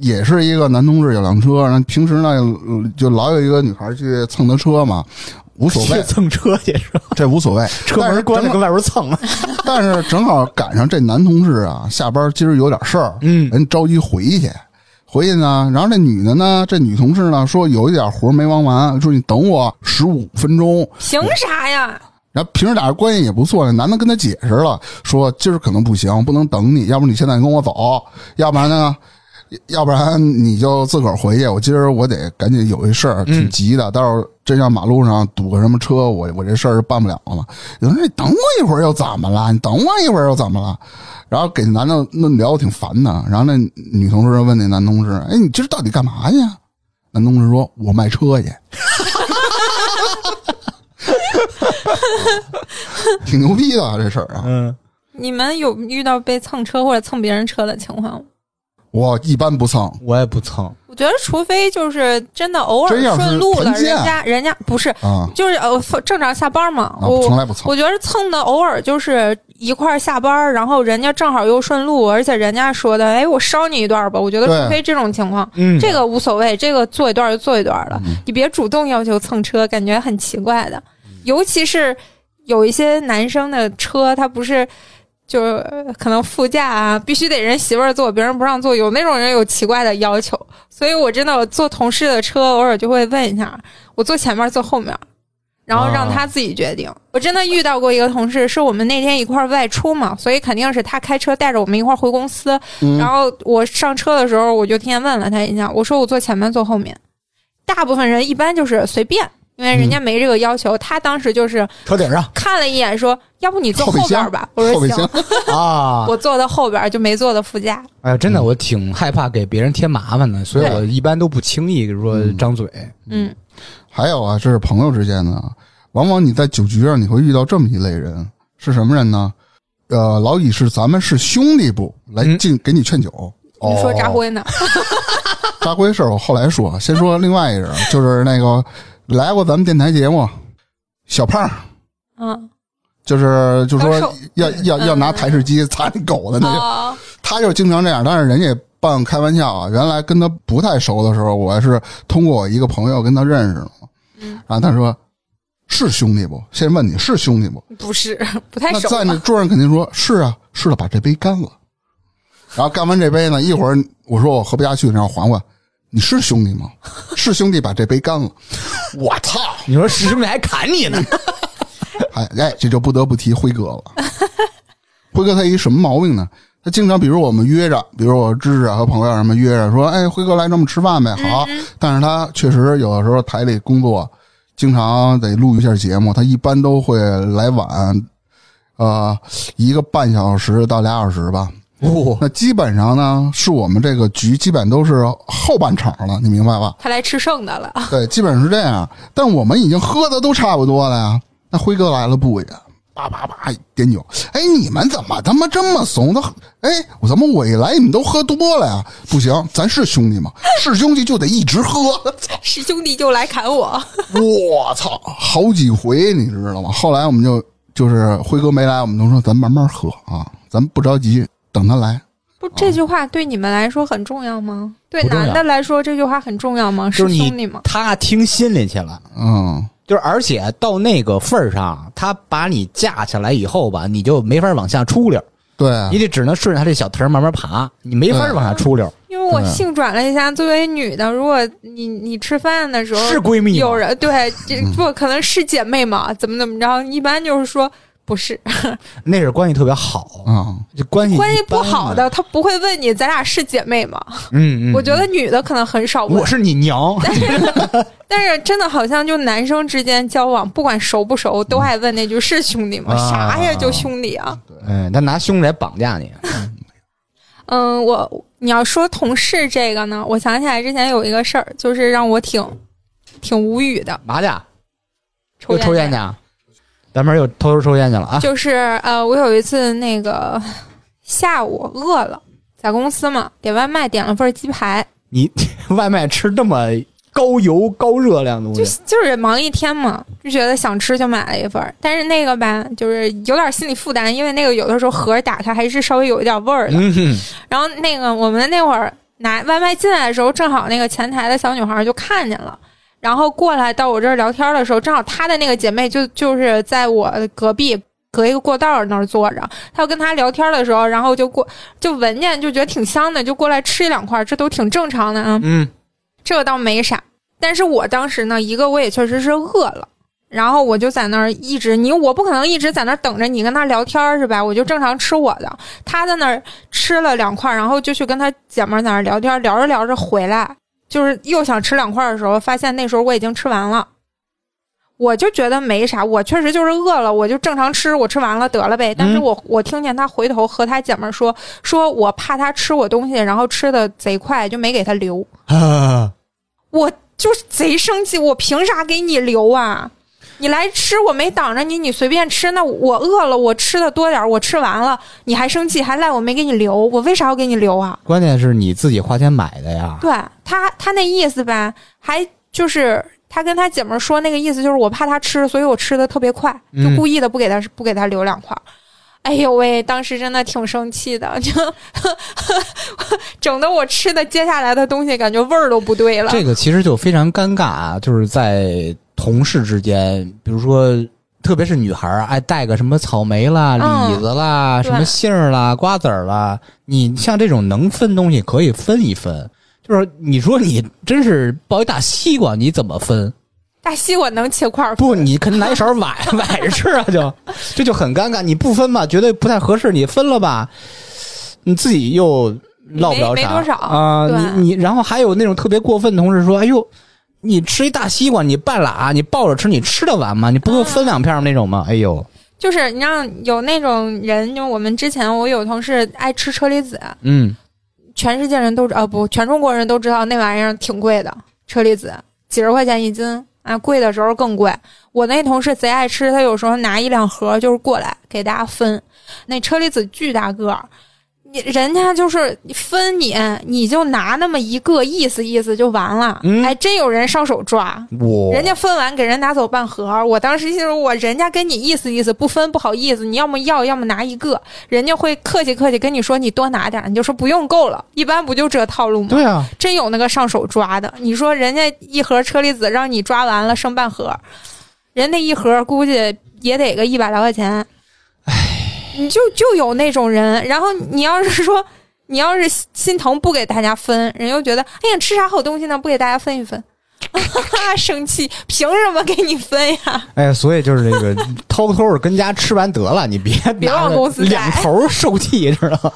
Speaker 1: 也是一个男同志有辆车，然后平时呢呃就老有一个女孩去蹭他车嘛，无所谓
Speaker 3: 蹭 车去是吧？
Speaker 1: 这无所谓，
Speaker 3: 车
Speaker 1: 但是
Speaker 3: 门关着
Speaker 1: 正
Speaker 3: 跟外边蹭。啊
Speaker 1: 但是正好赶上这男同事啊，下班今儿有点事儿，
Speaker 3: 嗯
Speaker 1: 人着急回去，回去呢，然后这女的呢，这女同事呢说有一点活儿没忙完，说你等我十五分钟。
Speaker 2: 凭啥呀？
Speaker 1: 然后平时俩人关系也不错，那男的跟她解释了，说今儿可能不行，不能等你，要不你现在跟我走，要不然呢，要不然你就自个儿回去。我今儿我得赶紧有一事
Speaker 2: 嗯
Speaker 1: 儿，挺急的，到时候真要马路上堵个什么车，我我这事儿就办不了了。有人说你哎等我一会儿又怎么了？你等我一会儿又怎么了？然后给男的那聊得挺烦的，然后那女同事就问那男同事：“哎，你今儿到底干嘛去啊？”男同事说：“我卖车去。” 挺牛逼的啊这事儿啊！
Speaker 3: 嗯，
Speaker 2: 你们有遇到被蹭车或者蹭别人车的情况吗？
Speaker 1: 我一般不蹭，
Speaker 3: 我也不蹭。
Speaker 2: 我觉得，除非就是真的偶尔
Speaker 1: 真要是
Speaker 2: 顺路了，
Speaker 1: 碰见
Speaker 2: 人家人家不是，
Speaker 1: 啊
Speaker 2: 就是呃正常下班嘛。
Speaker 1: 啊，
Speaker 2: 我
Speaker 1: 从来不蹭。
Speaker 2: 我觉得蹭的偶尔就是一块儿下班儿，然后人家正好又顺路，而且人家说的，哎，我捎你一段儿吧。我觉得
Speaker 1: 对
Speaker 2: 除非这种情况，
Speaker 3: 嗯
Speaker 2: 这个无所谓，这个坐一段儿就坐一段儿
Speaker 1: 嗯
Speaker 2: 了，你别主动要求蹭车，感觉很奇怪的。尤其是有一些男生的车，他不是。就是呃可能副驾啊，必须得人媳妇儿坐，别人不让坐，有那种人有奇怪的要求，所以我真的坐同事的车，偶尔就会问一下，我坐前面坐后面，然后让他自己决定。我真的遇到过一个同事，是我们那天一块儿外出嘛，所以肯定是他开车带着我们一块儿回公司。然后我上车的时候，我就提前问了他一下，我说我坐前面坐后面。大部分人一般就是随便，因为人家没这个要求。他当时就是
Speaker 3: 车顶上
Speaker 2: 看了一眼说，要不你坐
Speaker 1: 后备
Speaker 2: 后边
Speaker 1: 箱
Speaker 2: 儿吧？我
Speaker 1: 后备
Speaker 2: 说
Speaker 1: 箱
Speaker 2: 行，
Speaker 3: 啊！
Speaker 2: 我坐的后边儿就没坐的副驾。
Speaker 3: 哎呀，真的，我挺害怕给别人添麻烦的，所以
Speaker 2: 对
Speaker 3: 我一般都不轻易说张嘴。
Speaker 2: 嗯，
Speaker 1: 还有啊，这是朋友之间的啊，往往你在酒局上你会遇到这么一类人，是什么人呢？呃，老以是咱们是兄弟不来
Speaker 3: 嗯
Speaker 1: 进给你劝酒。
Speaker 3: 哦
Speaker 1: 哦
Speaker 2: 你说扎辉呢？
Speaker 1: 扎辉事儿我后来说， 先说另外一人，就是那个来过咱们电台节目小胖儿，
Speaker 2: 嗯，
Speaker 1: 就是就
Speaker 2: 高
Speaker 1: 说
Speaker 2: 手
Speaker 1: 要要要拿
Speaker 2: 嗯
Speaker 1: 台式机砸你狗的那个，
Speaker 2: 哦，
Speaker 1: 他就经常这样，但是人家也半开玩笑啊。原来跟他不太熟的时候，我是通过我一个朋友跟他认识的嘛，
Speaker 2: 嗯
Speaker 1: 然后他说是兄弟不？先问你是兄弟不？
Speaker 2: 不是， 不太
Speaker 1: 那
Speaker 2: 熟啊
Speaker 1: 在
Speaker 2: 吧
Speaker 1: 那桌上肯定说是啊，是了，把这杯干了。然后干完这杯呢，一会儿我说我喝不下去，然后环环，你是兄弟吗？是兄弟，把这杯干了。我操！
Speaker 3: 你说师兄弟还砍你呢，
Speaker 1: 哎哎，这就不得不提辉哥了。辉哥他一什么毛病呢？他经常，比如我们约着，比如我芝芝啊和朋友什么约着说，哎，辉哥来咱们吃饭呗，好。但是他确实有的时候台里工作，经常得录一下节目，他一般都会来晚，呃，一个半小时到俩小时吧。
Speaker 3: 哦，
Speaker 1: 那基本上呢，是我们这个局基本都是后半场了，你明白吧？
Speaker 2: 他来吃剩的了，
Speaker 1: 对，基本上是这样。但我们已经喝的都差不多了呀。那辉哥来了不也？叭叭叭点酒，哎，你们怎么他妈这么怂？他哎，我怎么我一来你们都喝多了呀？不行，咱是兄弟嘛，是兄弟就得一直喝。
Speaker 2: 师兄弟就来砍我。
Speaker 1: 我操，好几回你知道吗？后来我们就就是辉哥没来，我们都说咱慢慢喝啊，咱不着急，等他来。
Speaker 2: 不，这句话对你们来说很重要吗？对
Speaker 3: 哦不重要
Speaker 2: 男的来说，这句话很重要吗？
Speaker 3: 就是是
Speaker 2: 兄弟
Speaker 3: 你
Speaker 2: 吗？
Speaker 3: 他听心里去了。
Speaker 1: 嗯，
Speaker 3: 就是，而且到那个份儿上，啊他把你架起来以后吧，你就没法往下出溜，
Speaker 1: 对，啊
Speaker 3: 你得只能顺着他这小藤儿慢慢爬，你没法往下出溜。
Speaker 2: 因为我
Speaker 1: 对
Speaker 2: 性转了一下，作为女的，如果你你吃饭的时候
Speaker 3: 是闺蜜吗嗯
Speaker 2: 有人对这不可能是姐妹嘛，怎么怎么着，一般就是说不是
Speaker 3: 那是关系特别好，
Speaker 1: 嗯，
Speaker 3: 就关系
Speaker 2: 关系
Speaker 3: 一般
Speaker 2: 不好的，，他不会问你咱俩是姐妹吗？
Speaker 3: 嗯嗯，
Speaker 2: 我觉得女的可能很少问
Speaker 3: 我，是你娘，
Speaker 2: 但是真的好像就男生之间交往，不管熟不熟，都爱问那句是兄弟吗？
Speaker 3: 嗯啊
Speaker 2: 啥呀，就兄弟啊。
Speaker 3: 嗯，他拿兄弟来绑架你，
Speaker 2: 嗯，我你要说同事这个呢，我想起来之前有一个事儿，就是让我挺挺无语的，
Speaker 3: 麻将
Speaker 2: 抽
Speaker 3: 又抽
Speaker 2: 烟
Speaker 3: 烟
Speaker 2: 的
Speaker 3: 去，啊，咱们又偷偷抽烟去了啊，
Speaker 2: 就是呃，我有一次那个下午饿了，在公司嘛，点外卖点了份鸡排，
Speaker 3: 你 外卖吃这么高油高热量的
Speaker 2: 就
Speaker 3: 东西，
Speaker 2: 就是啊忙一天嘛，就觉得想吃就买了一份儿，但是那个吧，就是有点心理负担，因为那个有的时候盒儿打开还是稍微有一点味儿的。
Speaker 3: 嗯哼，
Speaker 2: 然后那个我们那会儿拿外卖进来的时候，正好那个前台的小女孩就看见了，然后过来到我这儿聊天的时候，正好她的那个姐妹就就是在我隔壁。隔一个过道儿那儿坐着，她要跟她聊天的时候，然后就过就闻见就觉得挺香的，就过来吃一两块，这都挺正常的啊。
Speaker 3: 嗯，
Speaker 2: 这个倒没啥。但是我当时呢，一个我也确实是饿了，然后我就在那儿一直，你我不可能一直在那儿等着你跟他聊天儿是吧？我就正常吃我的，他在那儿吃了两块，然后就去跟他姐们儿在那儿聊天，聊着聊着回来，就是又想吃两块的时候，发现那时候我已经吃完了。我就觉得没啥，我确实就是饿了，我就正常吃，我吃完了得了呗。但是我我听见他回头和他姐们儿说，说我怕他吃我东西，然后吃的贼快，就没给他留。
Speaker 3: 啊，
Speaker 2: 我就是贼生气，我凭啥给你留啊？你来吃，我没挡着你，你随便吃。那我饿了，我吃的多点儿，我吃完了，你还生气，还赖我没给你留，我为啥要给你留啊？
Speaker 3: 关键是你自己花钱买的呀，
Speaker 2: 对他，他那意思吧，还就是他跟他姐们儿说那个意思，就是我怕他吃，所以我吃的特别快，就
Speaker 3: 嗯
Speaker 2: 故意的不给他不给他留两块儿。哎呦喂，当时真的挺生气的，就 整的我吃的接下来的东西感觉味儿都不对了。
Speaker 3: 这个其实就非常尴尬啊，就是在同事之间，比如说，特别是女孩儿爱带个什么草莓啦、
Speaker 2: 嗯
Speaker 3: 李子啦、
Speaker 2: 对
Speaker 3: 什么杏儿啦、瓜子儿啦，你像这种能分东西可以分一分。就是你说你真是抱一大西瓜，你怎么分？
Speaker 2: 大西瓜能切块儿
Speaker 3: 不，你肯定拿一勺 崴崴着吃啊，就这就很尴尬。你不分吧，觉得不太合适；你分了吧，你自己又落不了
Speaker 2: 没
Speaker 3: 啥
Speaker 2: 没多少
Speaker 3: 啊、
Speaker 2: 对
Speaker 3: 你你，然后还有那种特别过分的同事说：“哎呦，你吃一大西瓜，你半拉，你抱着吃，你吃得完吗？你不够分两片儿那种
Speaker 2: 嗯
Speaker 3: 吗？”哎呦，
Speaker 2: 就是你让有那种人，就我们之前我有同事爱吃车厘子，
Speaker 3: 嗯，
Speaker 2: 全世界人都知呃不，全中国人都知道那玩意儿挺贵的，车厘子几十块钱一斤啊，贵的时候更贵。我那同事贼爱吃，他有时候拿一两盒就是过来给大家分，那车厘子巨大个儿。你人家就是分你，你就拿那么一个意思意思就完了。
Speaker 3: 嗯
Speaker 2: 哎，真有人上手抓，
Speaker 3: 我
Speaker 2: 人家分完给人拿走半盒儿，我当时就是我人家跟你意思意思，不分不好意思，你要么要，要么拿一个，人家会客气客气跟你说你多拿点儿，你就说不用够了，一般不就这套路吗？
Speaker 3: 对啊，
Speaker 2: 真有那个上手抓的，你说人家一盒车厘子让你抓完了剩半盒儿，人那一盒儿估计也得个一百来块钱，唉，你就就有那种人，然后你要是说。你要是心心疼不给大家分，人又觉得哎呀吃啥好东西呢？不给大家分一分， 生气，凭什么给你分呀？
Speaker 3: 哎呀，所以就是这个 偷偷的跟家吃完得了，你别
Speaker 2: 别
Speaker 3: 拿
Speaker 2: 往
Speaker 3: 着
Speaker 2: 公司
Speaker 3: 两
Speaker 2: 带
Speaker 3: 头受气，知道吗？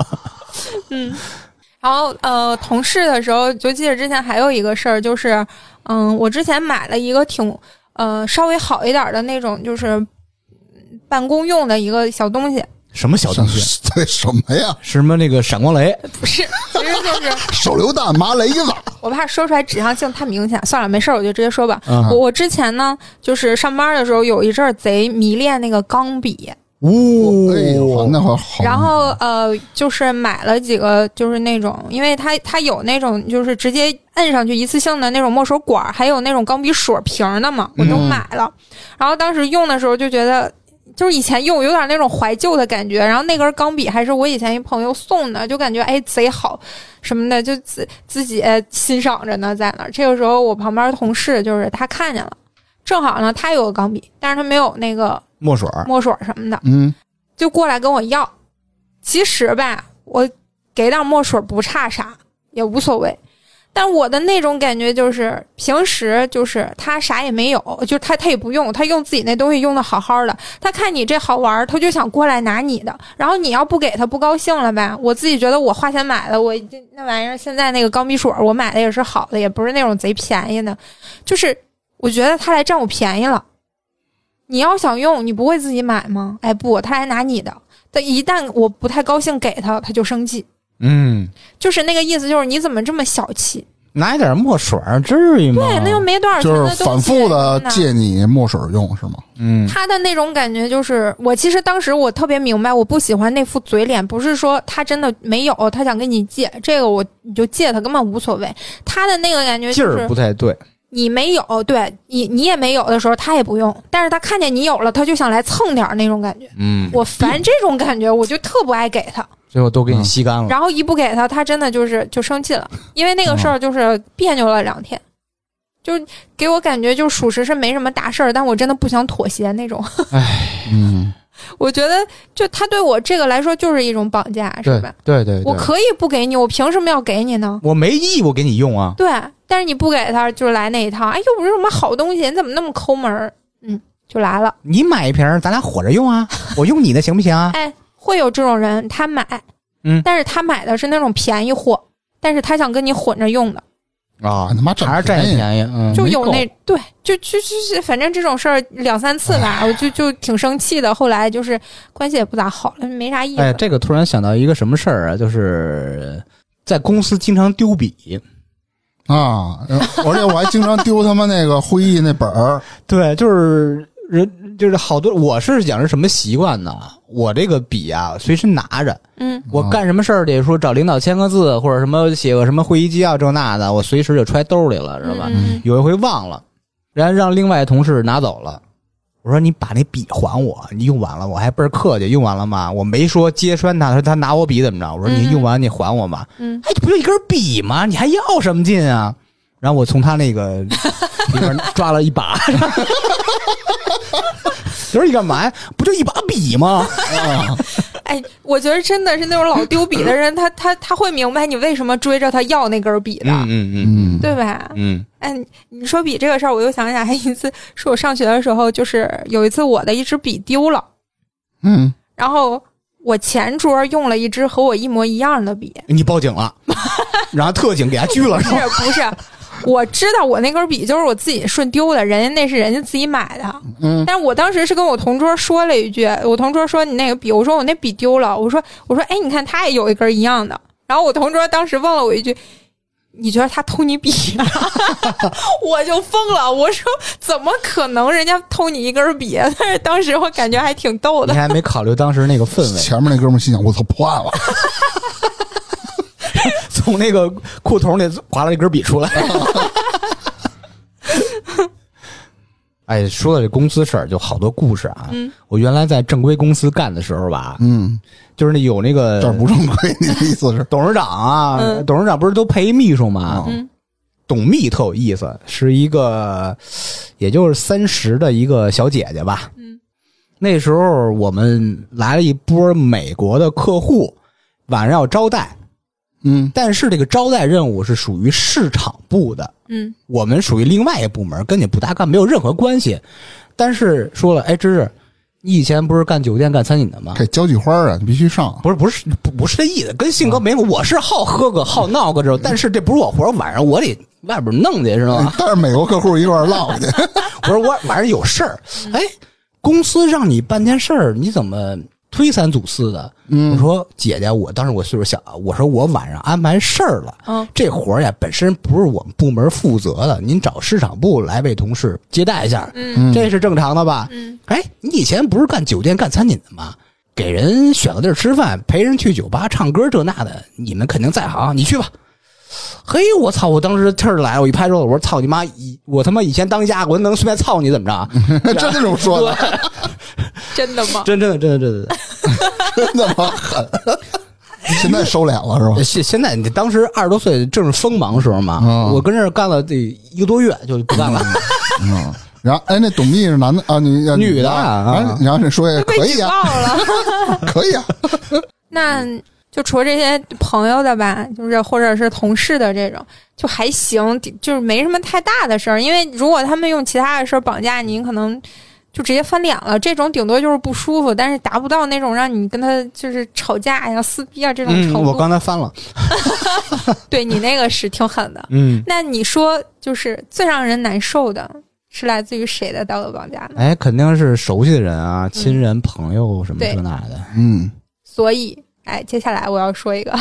Speaker 2: 然后呃，同事的时候就记得之前还有一个事儿，就是嗯，我之前买了一个挺呃稍微好一点的那种，就是嗯办公用的一个小东西，
Speaker 3: 什么小东西？啊
Speaker 1: 对什么呀？
Speaker 3: 什么那个闪光雷？
Speaker 2: 不是，其实就是
Speaker 1: 手榴弹、麻雷子，
Speaker 2: 我怕说出来指向性太明显，算了，没事儿，我就直接说吧。
Speaker 3: 嗯
Speaker 2: 我我之前呢，就是上班的时候有一阵儿贼迷恋那个钢笔，
Speaker 3: 呜、
Speaker 1: 哎呦，那会儿好。
Speaker 2: 然后呃，就是买了几个，就是那种，因为它它有那种就是直接摁上去一次性的那种墨水管儿，还有那种钢笔水瓶儿的嘛，我都
Speaker 3: 嗯
Speaker 2: 买了。然后当时用的时候就觉得。就是以前用有点那种怀旧的感觉，然后那根钢笔还是我以前一朋友送的，就感觉哎贼好什么的，就自自己呃欣赏着呢，在那儿。这个时候我旁边同事就是他看见了，正好呢他有个钢笔，但是他没有那个
Speaker 3: 墨水儿
Speaker 2: 墨水儿什么的，
Speaker 1: 嗯，
Speaker 2: 就过来跟我要。其实吧，我给点墨水不差啥，也无所谓。但我的那种感觉就是，平时就是他啥也没有，就是他他也不用，他用自己那东西用的好好的。他看你这好玩儿，他就想过来拿你的。然后你要不给他，不高兴了呗。我自己觉得我花钱买的，我这那玩意儿现在那个钢笔水儿，我买的也是好的，也不是那种贼便宜的。就是我觉得他来占我便宜了。你要想用，你不会自己买吗？哎，不，他还拿你的。但一旦我不太高兴给他，他就生气，
Speaker 3: 嗯，
Speaker 2: 就是那个意思，就是你怎么这么小气？
Speaker 3: 拿一点墨水儿至于吗？
Speaker 2: 对，那又没多少钱
Speaker 1: 哦就
Speaker 2: 的
Speaker 1: 是
Speaker 2: 东西
Speaker 1: 反复的
Speaker 2: 真
Speaker 1: 借你墨水用是吗？
Speaker 3: 嗯，
Speaker 2: 他的那种感觉就是，我其实当时我特别明白，我不喜欢那副嘴脸，不是说他真的没有，他想跟你借这个我，你就借他，根本无所谓。他的那个感觉
Speaker 3: 劲
Speaker 2: 就
Speaker 3: 儿
Speaker 2: 是
Speaker 3: 不太对，
Speaker 2: 你没有，对你你也没有的时候，他也不用，但是他看见你有了，他就想来蹭点儿那种感觉。
Speaker 3: 嗯，
Speaker 2: 我烦这种感觉，我就特不爱给他。
Speaker 3: 最后都给你吸干了。
Speaker 2: 然后一不给他，他真的就是就生气了，因为那
Speaker 3: 嗯
Speaker 2: 个事儿就是别扭了两天，就是给我感觉就属实是没什么大事儿，但我真的不想妥协那种。
Speaker 1: 嗯，
Speaker 2: 我觉得就他对我这个来说就是一种绑架，是
Speaker 3: 对
Speaker 2: 吧？
Speaker 3: 对对对，
Speaker 2: 我可以不给你，我凭什么要给你呢？
Speaker 3: 我没义务给你用啊。
Speaker 2: 对，但是你不给他就来那一套，哎，又不是什么好东西，你怎么那么抠门儿？嗯，就来了。
Speaker 3: 你买一瓶儿，咱俩火着 用啊。我用你的行不行啊？
Speaker 2: 哎，会有这种人，他买，
Speaker 3: 嗯
Speaker 2: 但是他买的是那种便宜货，但是他想跟你混着用的。
Speaker 3: 啊
Speaker 1: 啊，他妈占
Speaker 3: 还是占你便宜，嗯，
Speaker 2: 就
Speaker 1: 没
Speaker 2: 有
Speaker 1: 够
Speaker 2: 那对，就就就是，反正这种事儿两三次吧，我就就挺生气的。后来就是关系也不咋好了，没啥意思。
Speaker 3: 哎，这个突然想到一个什么事儿啊，就是在公司经常丢笔。
Speaker 1: 啊！呃而且我还经常丢他妈那个会议那本儿，
Speaker 3: 对，就是人就是好多，我是养成什么习惯呢？我这个笔啊，随身拿着，
Speaker 2: 嗯，
Speaker 3: 我干什么事儿得说找领导签个字，或者什么写个什么会议纪要这那的，我随时就揣兜里了，知道吧？
Speaker 2: 嗯
Speaker 3: 有一回忘了，然后让另外同事拿走了。我说你把那笔还我，你用完了，我还倍儿客气，用完了吗？我没说揭穿他，他说他拿我笔怎么着？我说你
Speaker 2: 嗯
Speaker 3: 用完你还我吧。
Speaker 2: 嗯，
Speaker 3: 哎，不就一根笔吗？你还要什么劲啊？然后我从他那 个里边抓了一把，我说你干嘛呀？不就一把笔吗？
Speaker 2: 哎，我觉得真的是那种老丢笔的人，他他他会明白你为什么追着他要那根笔的，
Speaker 3: 嗯
Speaker 1: 嗯，
Speaker 2: 对吧？
Speaker 3: 嗯
Speaker 2: 哎，你你说笔这个事儿，我又想起来一次，是我上学的时候，就是有一次我的一支笔丢了，
Speaker 1: 嗯，
Speaker 2: 然后我前桌用了一支和我一模一样的笔，
Speaker 3: 你报警了，然后特警给他拘了，是
Speaker 2: 不
Speaker 3: 吧？
Speaker 2: 是不是，我知道我那根笔就是我自己顺丢的，人家那是人家自己买的。
Speaker 1: 嗯，
Speaker 2: 但是我当时是跟我同桌说了一句，我同桌说你那个笔，我说我那笔丢了，我说我说哎，你看他也有一根一样的。然后我同桌当时问了我一句。你觉得他偷你笔、啊， 我就疯了。我说怎么可能？人家偷你一根笔？啊 但是当时我感觉还挺逗
Speaker 3: 你
Speaker 2: 的。
Speaker 3: 还没考虑当时那个氛围，
Speaker 1: 前面那哥们儿心想：我操，破案了！
Speaker 3: 从那个裤筒里划了一根笔出来。 哎，说到这公司事儿，就好多故事啊。
Speaker 2: 嗯
Speaker 3: 我原来在正规公司干的时候吧，
Speaker 1: 嗯，
Speaker 3: 就是那有那个
Speaker 1: 这儿不正规，你的意思是？
Speaker 3: 董事长啊，
Speaker 2: 嗯
Speaker 3: 董事长不是都配一秘书吗？
Speaker 2: 嗯
Speaker 3: 董秘特有意思，是一个也就是三十的一个小姐姐吧。
Speaker 2: 嗯
Speaker 3: 那时候我们来了一波美国的客户，晚上要招待，
Speaker 1: 嗯
Speaker 3: 但是这个招待任务是属于市场部的，
Speaker 2: 嗯
Speaker 3: 我们属于另外一个部门，跟你不搭嘎，没有任何关系。但是说了，哎，芝芝，你以前不是干酒店、干餐饮的吗？
Speaker 1: 给交际花啊，你必须上。
Speaker 3: 不是，不是，不不是这意思，跟性格没有。我是好喝个、好闹个这种，但是这不是我活儿，晚上我得外边弄去，知道吗？
Speaker 1: 带着哎美国客户一块儿唠去，
Speaker 3: 我说我晚上有事儿，
Speaker 2: 嗯
Speaker 3: 哎，公司让你办件事儿，你怎么推三阻四的？我说姐姐，我当时我岁数小啊，我说我晚上安排事儿了，
Speaker 2: 嗯
Speaker 3: 这活儿呀本身不是我们部门负责的，您找市场部来为同事接待一下，
Speaker 2: 嗯
Speaker 3: 这是正常的吧？
Speaker 2: 嗯
Speaker 3: 哎，你以前不是干酒店、干餐饮的吗？给人选个地儿吃饭，陪人去酒吧唱歌这那的，你们肯定在行，你去吧。嘿，我操！我当时气儿来了，我一拍桌子，我说：“操你妈！以我他妈以前当家，我能随便操你怎么 着？啊
Speaker 1: 真的这么说的，
Speaker 2: 真的吗？
Speaker 3: 真真的真的真的
Speaker 1: 真的吗？狠。现在收敛了是吧
Speaker 3: 真的。？现现在你当时二十多岁，正是锋芒时候嘛。
Speaker 1: 嗯
Speaker 3: 我跟这儿干了得一个多月，就不干了。
Speaker 1: 嗯。然后，哎，那董秘是男的啊，女啊
Speaker 3: 女的啊
Speaker 1: 啊，然后你说也
Speaker 2: 被
Speaker 1: 可
Speaker 2: 举
Speaker 1: 以
Speaker 2: 报
Speaker 1: 啊，
Speaker 2: 了。
Speaker 1: 可以啊，
Speaker 2: 那就除了这些朋友的吧，就是或者是同事的这种，就还行，就是没什么太大的事儿。因为如果他们用其他的事儿绑架你，可能就直接翻脸了。这种顶多就是不舒服，但是达不到那种让你跟他就是吵架呀、撕逼啊这种程度。
Speaker 3: 嗯我刚才翻了。
Speaker 2: 对你那个是挺狠的。
Speaker 3: 嗯，
Speaker 2: 那你说，就是最让人难受的是来自于谁的道德绑架呢？
Speaker 3: 哎，肯定是熟悉的人啊，亲人、朋友什么
Speaker 2: 嗯对
Speaker 3: 这那的。
Speaker 1: 嗯
Speaker 2: 所以，哎，接下来我要说一个，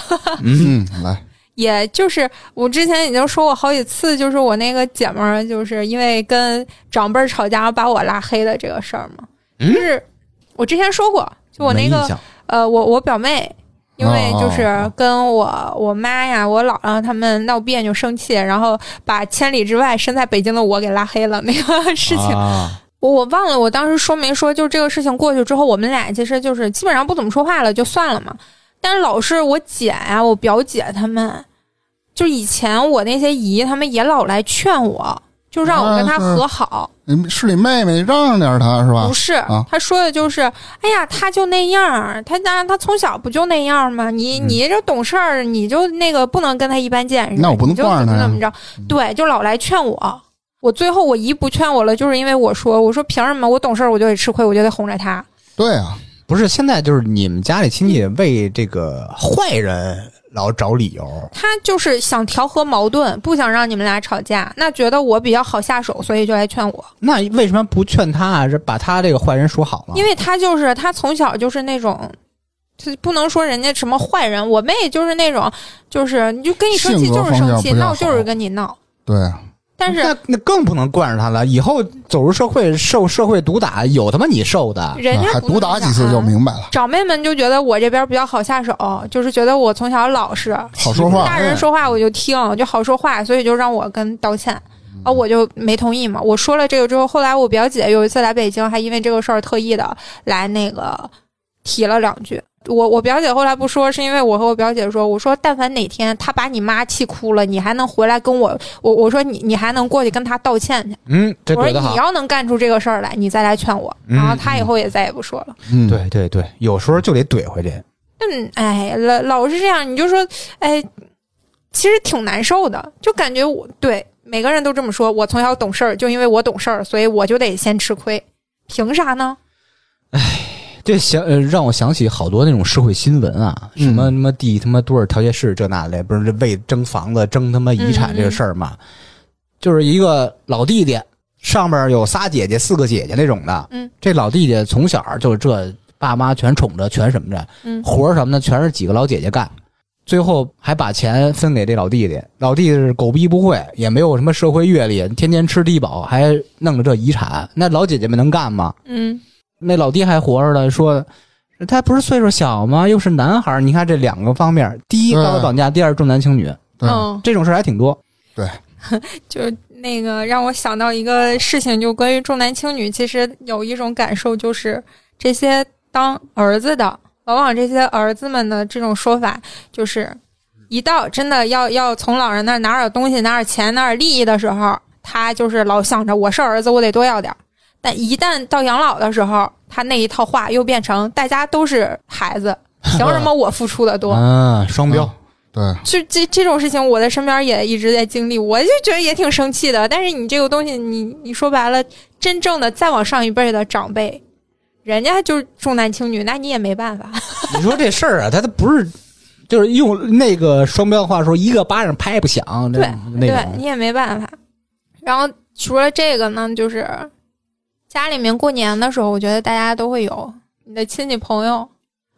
Speaker 1: 嗯，来，
Speaker 2: 也就是我之前已经说过好几次，就是我那个姐们儿，就是因为跟长辈儿吵架把我拉黑的这个事儿嘛，
Speaker 3: 嗯
Speaker 2: 就是我之前说过，就我那
Speaker 3: 没
Speaker 2: 个
Speaker 3: 印象
Speaker 2: 呃，我我表妹，因为
Speaker 1: 哦
Speaker 2: 就是跟我我妈呀、我姥姥他们闹别扭生气，然后把千里之外身在北京的我给拉黑了那个事情，
Speaker 3: 啊
Speaker 2: 我我忘了我当时说没说，就这个事情过去之后，我们俩其实就是基本上不怎么说话了，就算了嘛。但是老是我姐呀、我表姐她们，就以前我那些姨她们也老来劝我，就让我跟她和好。
Speaker 1: 你嗯是你妹妹，让着点她是吧
Speaker 2: 不？是，
Speaker 1: 啊
Speaker 2: 她说的就是，哎呀，她就那样儿，她那她从小不就那样儿吗？你
Speaker 1: 嗯
Speaker 2: 你这懂事儿，你就那个不能跟她一般见识，
Speaker 1: 那我不能嗯
Speaker 2: 你就
Speaker 1: 惯着
Speaker 2: 怎么
Speaker 1: 她呀
Speaker 2: 怎么着？对，就老来劝我。我最后我姨不劝我了，就是因为我说，我说凭什么我懂事儿我就得吃亏，我就得哄着她。
Speaker 1: 对啊，
Speaker 3: 不是，现在就是你们家里亲戚
Speaker 2: 嗯
Speaker 3: 为这个坏人老找理由，
Speaker 2: 他就是想调和矛盾，不想让你们俩吵架，那觉得我比较好下手，所以就来劝我。
Speaker 3: 那为什么不劝他啊？是把他这个坏人说
Speaker 1: 啊
Speaker 3: 好了？
Speaker 2: 因为他就是他从小就是那种，就是不能说人家什么坏人。我妹就是那种，就是你就跟你生气
Speaker 1: 性格
Speaker 2: 就是
Speaker 1: 方
Speaker 2: 生
Speaker 1: 面
Speaker 2: 气，
Speaker 1: 不太
Speaker 2: 闹就是
Speaker 1: 好
Speaker 2: 跟你闹。
Speaker 1: 对啊，
Speaker 2: 但是
Speaker 3: 那那更不能惯着他了。以后走入社会，受社会毒打，有他妈你受的。
Speaker 2: 人家
Speaker 1: 还
Speaker 2: 不
Speaker 1: 毒打几次就
Speaker 2: 没。
Speaker 1: 明白了，
Speaker 2: 长辈们就觉得我这边比较好下手，就是觉得我从小老实，
Speaker 1: 好说
Speaker 3: 哦
Speaker 1: 话。
Speaker 2: 大
Speaker 3: 嗯
Speaker 2: 人说话我就听，就好说话，所以就让我跟道歉。
Speaker 3: 嗯
Speaker 2: 啊，我就没同意嘛。我说了这个之后，后来我表姐有一次来北京，还因为这个事儿特意的来那个提了两句。我我表姐后来不说，是因为我和我表姐说，我说但凡哪天她把你妈气哭了，你还能回来跟我，我我说你你还能过去跟她道歉去。
Speaker 3: 嗯，这
Speaker 2: 我
Speaker 3: 怼
Speaker 2: 说
Speaker 3: 的好
Speaker 2: 你。要能干出这个事儿来，你再来劝我。
Speaker 3: 嗯
Speaker 2: 然后她以后也再也不说了。
Speaker 1: 嗯，
Speaker 3: 对对对，有时候就得怼回去。
Speaker 2: 嗯，哎，老老是这样，你就说，哎，其实挺难受的，就感觉我对每个人都这么说，我从小懂事儿，就因为我懂事儿，所以我就得先吃亏，凭啥呢？
Speaker 3: 这想呃让我想起好多那种社会新闻啊，
Speaker 1: 嗯
Speaker 3: 什么他妈地他妈多少调解室这那的，不是为争房子争他妈遗产这个事儿嘛，就是一个老弟弟上面有仨姐姐四个姐姐那种的，
Speaker 2: 嗯，
Speaker 3: 这老弟弟从小就是这爸妈全宠着全什么着，
Speaker 2: 嗯
Speaker 3: 活儿什么的全是几个老姐姐干。最后还把钱分给这老弟弟，老弟弟是狗逼不会，也没有什么社会阅历，天天吃低保，还弄着这遗产，那老姐姐们能干吗？
Speaker 2: 嗯
Speaker 3: 那老弟还活着呢，说他不是岁数小吗？又是男孩儿，你看这两个方面，第一
Speaker 1: 对
Speaker 3: 道德绑架，第二重男轻女，
Speaker 1: 对，
Speaker 2: 嗯，
Speaker 3: 这种事儿还挺多。
Speaker 2: 就是那个让我想到一个事情，就关于重男轻女，其实有一种感受，就是这些当儿子的，往往这些儿子们的这种说法，就是一到真的要要从老人那儿拿点东西、拿点钱、拿点利益的时候，他就是老想着我是儿子，我得多要点儿。但一旦到养老的时候，他那一套话又变成大家都是孩子，凭什么我付出的多？
Speaker 3: 啊，双标
Speaker 1: 嗯，对，
Speaker 2: 就这这种事情，我在身边也一直在经历，我就觉得也挺生气的。但是你这个东西，你你说白了，真正的再往上一辈的长辈，人家就是重男轻女，那你也没办法。
Speaker 3: 你说这事儿啊，他他不是，就是用那个双标的话说，一个巴掌拍不响，这
Speaker 2: 对
Speaker 3: 那
Speaker 2: 对
Speaker 3: 种
Speaker 2: 你也没办法。然后除了这个呢，就是家里面过年的时候，我觉得大家都会有你的亲戚朋友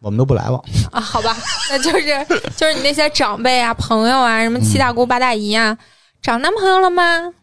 Speaker 4: 我们都不来往。
Speaker 2: 啊，好吧， 那就是就是你那些长辈啊、朋友啊，什么七大姑八大姨啊，找男朋友了
Speaker 3: 哦
Speaker 2: 吗？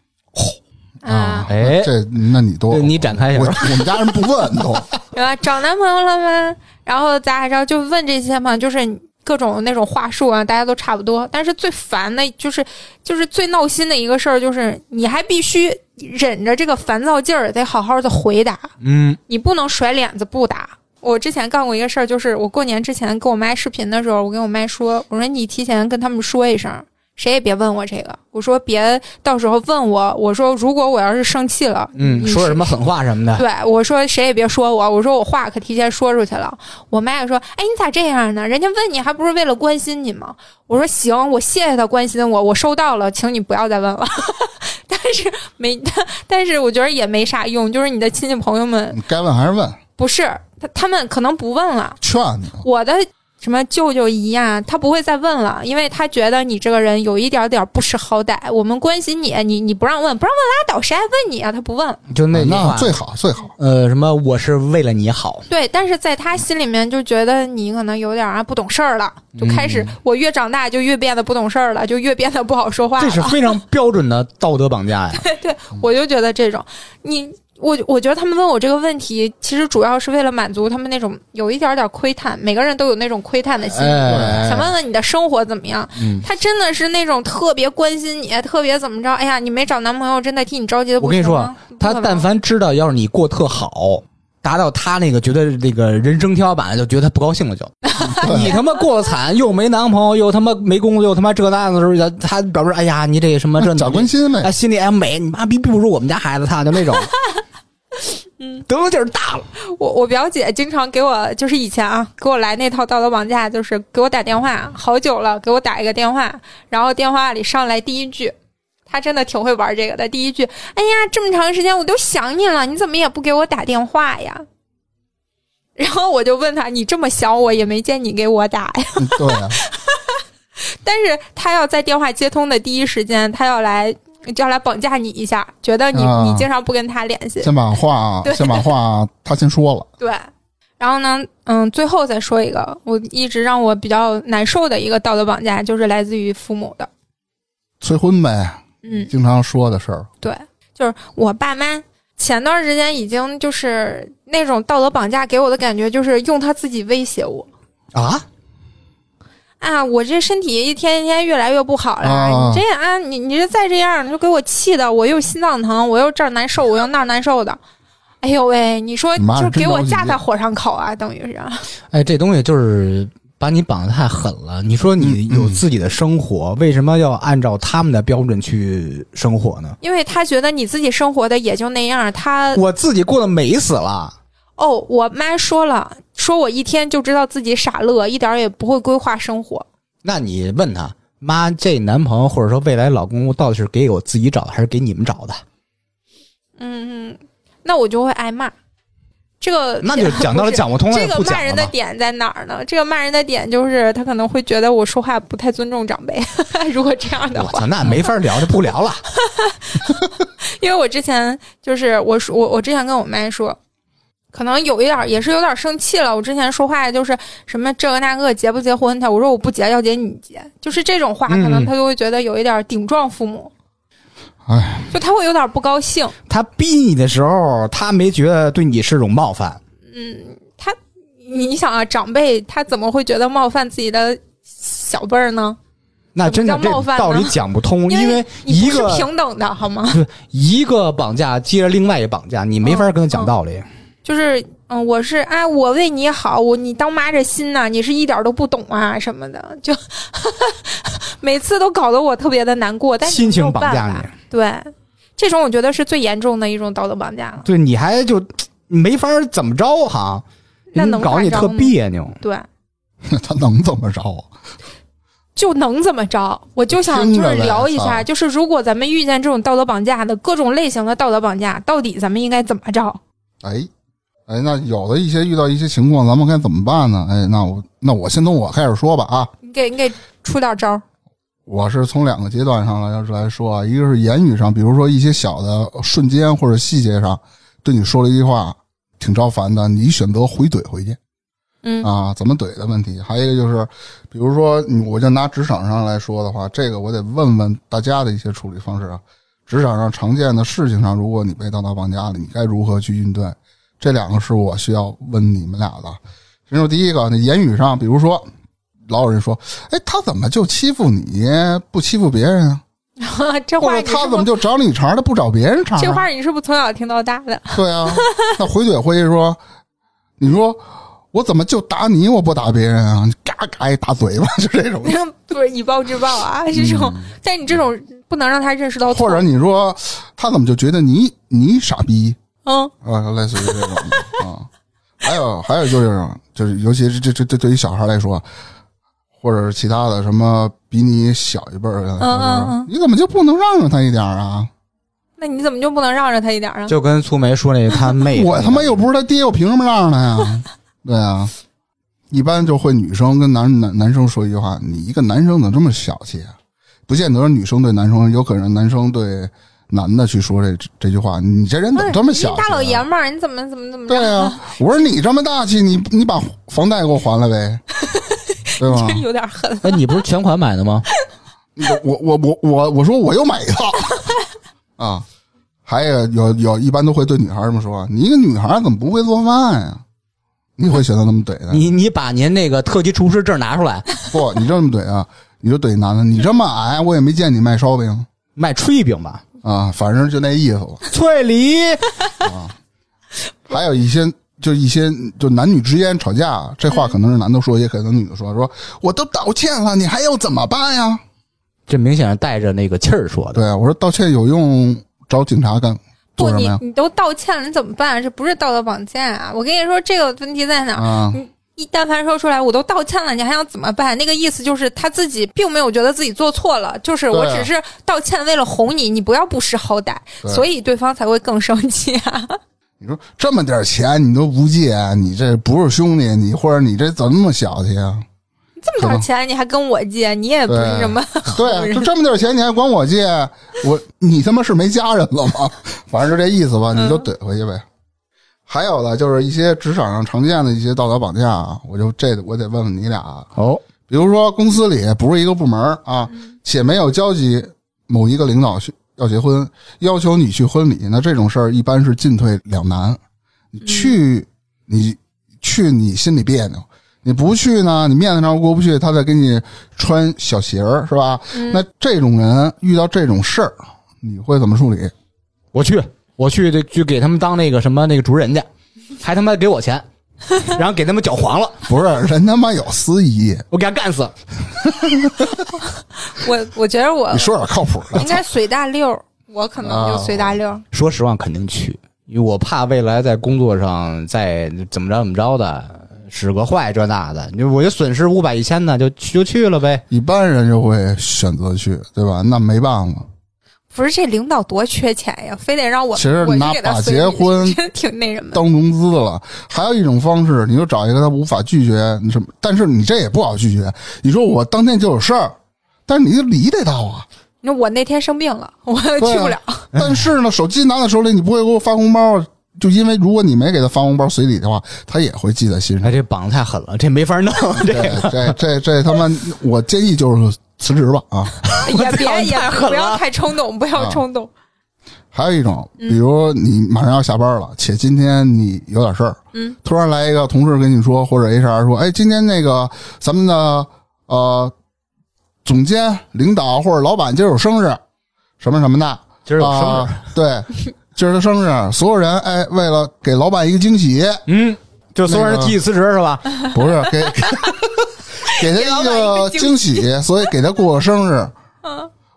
Speaker 2: 啊，
Speaker 3: 哎，
Speaker 1: 这那你多
Speaker 3: 对你哎展开一
Speaker 1: 我
Speaker 3: 下，
Speaker 1: 我们家人不问 都，
Speaker 2: 对吧？找男朋友了吗？然后咱还知道就问这些嘛，就是各种那种话术啊，大家都差不多。但是最烦的就是，就是最闹心的一个事儿，就是你还必须忍着这个烦躁劲儿，得好好的回答，
Speaker 4: 嗯，
Speaker 2: 你不能甩脸子不答。我之前干过一个事儿，就是我过年之前跟我妈视频的时候，我跟我妈说，我说你提前跟他们说一声，谁也别问我这个，我说别到时候问我，我说如果我要是生气了，
Speaker 3: 嗯，
Speaker 2: 你
Speaker 3: 说
Speaker 2: 是
Speaker 3: 什么狠话什么 的，
Speaker 2: 对，我说谁也别说我，我说我话可提前说出去了。我妈也说，哎，你咋这样呢？人家问你还不是为了关心你吗？我说行，我谢谢他关心我，我收到了，请你不要再问了。 但是没，但但是我觉得也没啥用，就是你的亲戚朋友们
Speaker 1: 你该问还是问，
Speaker 2: 不是他，他们可能不问了。
Speaker 1: 劝你了。
Speaker 2: 我的什么舅舅姨呀、他不会再问了，因为他觉得你这个人有一点点不识好歹。我们关心你，你你不让问，不让问拉倒，谁还问你啊？他不问了。
Speaker 3: 就那句
Speaker 1: 那
Speaker 3: 话，
Speaker 1: 最好最好，
Speaker 3: 呃，什么我是为了你好，
Speaker 2: 对，但是在他心里面就觉得你可能有点儿啊不懂事儿了，
Speaker 3: 嗯
Speaker 2: 就开始、我越长大就越变得不懂事儿了，就越变得不好说话
Speaker 4: 这是
Speaker 2: 了。
Speaker 4: 非常标准的道德绑架呀。
Speaker 2: 我就觉得这种你。我我觉得他们问我这个问题，其实主要是为了满足他们那种有一点点窥探，每个人都有那种窥探的心理，
Speaker 3: 哎
Speaker 2: 想问问你的生活怎么样。
Speaker 4: 嗯
Speaker 2: 他真的是那种特别关心你，特别怎么着？哎呀，你没找男朋友，真的替你着急的不
Speaker 3: 我跟你
Speaker 2: 行
Speaker 3: 说啊
Speaker 2: 吗呃不
Speaker 3: 他
Speaker 2: 可能
Speaker 3: 但凡知道要是你过特好，达到他那个觉得那个人生天花板，就觉得他不高兴了就。你他妈过得惨，又没男朋友，又他妈没工作，又他妈这那的时候，他表示哎呀，你这什么这
Speaker 1: 找关心
Speaker 3: 啊，
Speaker 1: 呗。
Speaker 3: 心里哎美，你妈逼不如我们家孩子差，就那种。德行劲儿大了，
Speaker 2: 我我表姐经常给我，就是以前啊，给我来那套道德绑架，就是给我打电话，好久了，给我打一个电话，然后电话里上来第一句，她真的挺会玩这个的。第一句，哎呀，这么长时间我都想你了，你怎么也不给我打电话呀？然后我就问她，你这么想我也没见你给我打呀。
Speaker 1: 嗯对 啊，
Speaker 2: 但是她要在电话接通的第一时间，她要来就要来绑架你一下，觉得你、
Speaker 1: 啊
Speaker 2: 你经常不跟她联系，
Speaker 1: 先把话
Speaker 2: 对
Speaker 1: 先把话他先说了，
Speaker 2: 对，然后呢，嗯，最后再说一个，我一直让我比较难受的一个道德绑架，就是来自于父母的。
Speaker 1: 催婚呗，
Speaker 2: 嗯，
Speaker 1: 经常说的事儿。
Speaker 2: 对，就是我爸妈前段时间已经就是那种道德绑架给我的感觉，就是用他自己威胁我。
Speaker 3: 啊！
Speaker 2: 啊，我这身体一天一天越来越不好了。
Speaker 1: 啊
Speaker 2: 你这样啊，你你这再这样，你就给我气的，我又心脏疼，我又这儿难受，我又那儿难受的。哎呦喂，你说
Speaker 1: 你妈是
Speaker 2: 就给
Speaker 1: 真
Speaker 2: 我
Speaker 1: 着急
Speaker 2: 架在火上烤啊，等于是。
Speaker 3: 哎，这东西就是把你绑得太狠了。你说你有自己的生活，为什么要按照他们的标准去生活呢？
Speaker 2: 因为他觉得你自己生活的也就那样，他
Speaker 3: 我自己过得美死了。
Speaker 2: 哦，我妈说了，说我一天就知道自己傻乐，一点儿也不会规划生活。
Speaker 3: 那你问他妈，这男朋友或者说未来老公到底是给我自己找的，还是给你们找的？
Speaker 2: 嗯，嗯，那我就会挨骂。这个
Speaker 3: 那就讲到了讲不通了，
Speaker 2: 呃这个
Speaker 3: 不
Speaker 2: 骂
Speaker 3: 讲了
Speaker 2: 人的
Speaker 3: 嘛。
Speaker 2: 点在哪儿呢？这个骂人的点就是他可能会觉得我说话不太尊重长辈， 如果这样的
Speaker 3: 我
Speaker 2: 话，
Speaker 3: 操，那没法聊，就不聊了。
Speaker 2: 因为我之前就是我说我我之前跟我妈说，可能有一点儿也是有点儿生气了。我之前说话就是什么这个那个结不结婚，她我说我不结，要结你结，就是这种话，可能
Speaker 3: 嗯
Speaker 2: 她就会觉得有一点儿顶撞父母，
Speaker 1: 哎，
Speaker 2: 就她会有点儿不高兴。
Speaker 3: 他逼你的时候，他没觉得对你是种冒犯，
Speaker 2: 嗯，她你你想啊，长辈他怎么会觉得冒犯自己的小辈儿呢？
Speaker 3: 那真的
Speaker 2: 怎么
Speaker 3: 这
Speaker 2: 叫冒犯呢
Speaker 3: 道理讲不通，因为
Speaker 2: 你
Speaker 3: 一
Speaker 2: 不是
Speaker 3: 个
Speaker 2: 平等的好吗？
Speaker 3: 一个绑架接着另外一个绑架，你没
Speaker 2: 哦
Speaker 3: 法跟他讲道理。
Speaker 2: 就是嗯，我是哎，我为你好，我你当妈这心呐、你是一点儿都不懂啊什么的，就 每次都搞得我特别的难过。但是
Speaker 3: 亲情
Speaker 2: 没有办
Speaker 3: 绑架
Speaker 2: 法
Speaker 3: 你，
Speaker 2: 对这种我觉得是最严重的一种道德绑架了。
Speaker 3: 对，你还就没法怎么着哈，
Speaker 2: 那
Speaker 3: 人
Speaker 1: 哎
Speaker 2: 能
Speaker 3: 搞你
Speaker 2: 咋
Speaker 3: 特
Speaker 2: 着呢
Speaker 3: 别扭。
Speaker 2: 对，
Speaker 1: 他能怎么着啊？
Speaker 2: 就能怎么着？我就想
Speaker 1: 听
Speaker 2: 就
Speaker 1: 着
Speaker 2: 是
Speaker 1: 呗
Speaker 2: 聊一下，
Speaker 1: 操
Speaker 2: 就是如果咱们遇见这种道德绑架的各种类型的道德绑架，到底咱们应该怎么着？
Speaker 1: 哎，哎，那有的一些遇到一些情况，咱们该怎么办呢？哎，那我那我先从我开始说吧啊，
Speaker 2: 你给你给出点招儿。
Speaker 1: 我是从两个阶段上来来说啊，一个是言语上，比如说一些小的瞬间或者细节上，对你说了一句话挺招烦的，你选择回怼回去
Speaker 2: 嗯
Speaker 1: 啊，怎么怼的问题。还有一个就是，比如说你我就拿职场上来说的话，这个我得问问大家的一些处理方式啊。职场上常见的事情上，如果你被道德绑架了，你该如何去应对？这两个是我需要问你们俩的。先说第一个，那言语上，比如说老有人说，哎，他怎么就欺负你，不欺负别人啊？
Speaker 2: 这
Speaker 1: 或
Speaker 2: 话
Speaker 1: 者
Speaker 2: 你是
Speaker 1: 他
Speaker 2: 不
Speaker 1: 怎么就找你茬儿，他不找别人茬儿啊？
Speaker 2: 这话你是不是从小听到大的？
Speaker 1: 对啊，那回怼回去说，你说我怎么就打你，我不打别人啊？你嘎嘎一大嘴巴，就这 种。
Speaker 2: 不是以暴制暴啊，这种，但你这种不能让他认识到错。
Speaker 1: 嗯或者你说他怎么就觉得你你傻逼
Speaker 2: 嗯，
Speaker 1: 啊？类似于这种啊。还有还有就是就是，尤其是这这这对于小孩来说，或者是其他的什么比你小一辈儿的来说，
Speaker 2: 嗯嗯嗯
Speaker 1: 你怎么就不能让让他一点儿啊？
Speaker 2: 那你怎么就不能让着他一点儿啊？
Speaker 5: 就跟粗梅说那他
Speaker 3: 哎
Speaker 5: 妹，
Speaker 1: 我他妈又不是他爹，我凭什么让着他呀？对啊，一般就会女生跟男男男生说一句话：“你一个男生怎么这么小气啊？”不见得是女生对男生，有可能男生对男的去说这这句话：“你这人
Speaker 2: 不
Speaker 1: 怎
Speaker 2: 是
Speaker 1: 么这么
Speaker 2: 哎你一
Speaker 1: 小气、啊？”
Speaker 2: 大老爷们儿，你怎么怎么怎么着？
Speaker 1: 对啊，我说你这么大气，你你把房贷给我还了 呗，对吧？
Speaker 2: 啊有点狠。
Speaker 5: 哎，你不是全款买的吗？
Speaker 1: 我我我我我说我又买一套啊，还有有有一般都会对女孩这么说：“啊你一个女孩怎么不会做饭呀、你会选择那么怼的？
Speaker 5: 你你把您那个特级厨师证拿出 来，
Speaker 1: 不，你这么怼啊，你就怼男的，你这么矮，我也没见你卖烧饼
Speaker 5: 卖炊饼吧，
Speaker 1: 啊，反正就那意思吧。
Speaker 5: 脆梨。
Speaker 1: 还有一些就一些就男女之间吵架，这话可能是男的说，也可能女的说，说我都道歉了，你还要怎么办呀？
Speaker 5: 这明显是带着那个气儿说的。
Speaker 1: 对，啊我说道歉有用，找警察干
Speaker 2: 不，
Speaker 1: 做什么
Speaker 2: 你
Speaker 1: 呀？
Speaker 2: 你都道歉了，你怎么办？啊这不是道德绑架啊！我跟你说，这个问题在哪儿？
Speaker 1: 啊，
Speaker 2: 一但凡说出来，我都道歉了，你还要怎么办？那个意思就是他自己并没有觉得自己做错了，就是
Speaker 1: 对啊
Speaker 2: 我只是道歉，为了哄你，你不要不识好歹，
Speaker 1: 对
Speaker 2: 所以对方才会更生气啊！
Speaker 1: 你说这么点钱你都不借，你这不是兄弟，你或者你这怎么那么小气啊？
Speaker 2: 这么点钱你还跟我借，你也不是
Speaker 1: 对
Speaker 2: 什么
Speaker 1: 对啊，就这么点钱你还管我借？我你他妈是没家人了吗？反正就这意思吧，你就怼回去呗。还有的就是一些职场上常见的一些道德绑架啊，我就这我得问问你俩啊，
Speaker 5: 哦，
Speaker 1: 比如说公司里不是一个部门儿啊，且没有交集，某一个领导去要结婚，要求你去婚礼，那这种事儿一般是进退两难。你
Speaker 2: 嗯
Speaker 1: 去，你去，你心里别扭；你不去呢，你面子上过不去，他再给你穿小鞋儿，是吧？
Speaker 2: 嗯
Speaker 1: 那这种人遇到这种事儿，你会怎么处理？
Speaker 5: 我去，我去，就去给他们当那个什么那个主任去，还他妈给我 钱，然后给他们搅黄了，
Speaker 1: 不是人他妈有司仪，
Speaker 5: 我给他干死。
Speaker 2: 我我觉得我
Speaker 1: 你说点靠谱 的
Speaker 2: 应该随大溜，我可能就随
Speaker 1: 啊
Speaker 2: 大溜。
Speaker 5: 说实话，肯定去，因为我怕未来在工作上再怎么着怎么着的，使个坏这那的，你我就损失五百一千的，就去就去了呗。
Speaker 1: 一般人就会选择去，对吧？那没办法，
Speaker 2: 不是这领导多缺钱呀，非得让我
Speaker 1: 其实
Speaker 2: 我去
Speaker 1: 拿
Speaker 2: 给他
Speaker 1: 把
Speaker 2: 随
Speaker 1: 结
Speaker 2: 礼
Speaker 1: 婚
Speaker 2: 真 挺那什么的。
Speaker 1: 当融资了。还有一种方式，你就找一个他无法拒绝，你什么？但是你这也不好拒绝。你说我当天就有事儿，但是你的理得到啊。
Speaker 2: 那我那天生病了，我
Speaker 1: 对啊
Speaker 2: 哎去 不了。
Speaker 1: 但是呢，手机拿在手里，你不会给我发红包，啊就因为如果你没给他发红包随礼的话，他也会记在心上
Speaker 5: 哎，。这绑得太狠了，这没法弄。这
Speaker 1: 对，这这这他妈，我建议就是辞职吧啊！
Speaker 2: 也别也
Speaker 5: 太狠了
Speaker 2: 不要太冲动，不要
Speaker 1: 啊
Speaker 2: 冲动。
Speaker 1: 还有一种，比如你马上要下班了，且今天你有点事儿，
Speaker 2: 嗯，
Speaker 1: 突然来一个同事跟你说，或者 HR 说，哎，今天那个咱们的呃总监、领导或者老板今儿有生日，什么什么的，
Speaker 5: 今儿有生日
Speaker 1: 啊对，今儿他生日，所有人哎，为了给老板一个惊喜，
Speaker 5: 嗯，就所有人
Speaker 1: 那个
Speaker 5: 集体辞职是吧？
Speaker 1: 不是 给给他一个惊喜，嗯所以给他过个生日。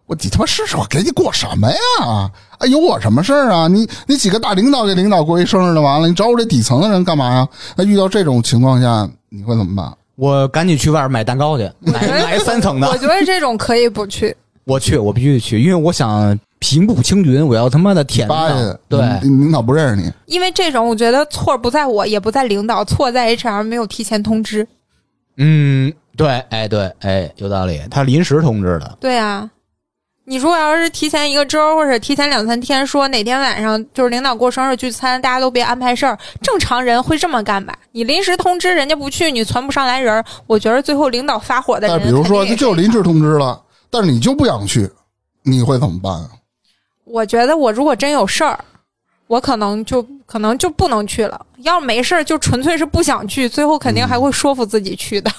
Speaker 1: 我你他妈试试，我给你过什么呀？啊，有我什么事儿啊？你你几个大领导给领导过一生日就完了，你找我这底层的人干嘛呀？那遇到这种情况下，你会怎么办？
Speaker 3: 我赶紧去外边买 蛋糕去，买买三层的
Speaker 2: 我。觉得这种可以不去，
Speaker 3: 我去，我必须得去，因为我想平步青云，我要他妈的舔
Speaker 1: 扒下
Speaker 3: 领导
Speaker 1: 去，
Speaker 3: 对，
Speaker 2: 嗯
Speaker 1: 领领导不认识你，
Speaker 2: 因为这种我觉得错不在我，也不在领导，错在 HR 没有提前通知。
Speaker 3: 嗯，对，哎，对，哎，有道理，他临时通知的，
Speaker 2: 对啊，你如果要是提前一个周或者提前两三天说哪天晚上就是领导过生日聚餐，大家都别安排事儿，正常人会这么干吧？你临时通知人家不去，你传不上来人儿，我觉得最后领导发火的
Speaker 1: 但
Speaker 2: 人，
Speaker 1: 是比如说这就临时通知了，但是你就不想去，你会怎么办啊？
Speaker 2: 我觉得我如果真有事儿，我可能就可能就不能去了。要是没事儿，就纯粹是不想去，最后肯定还会说服自己去的。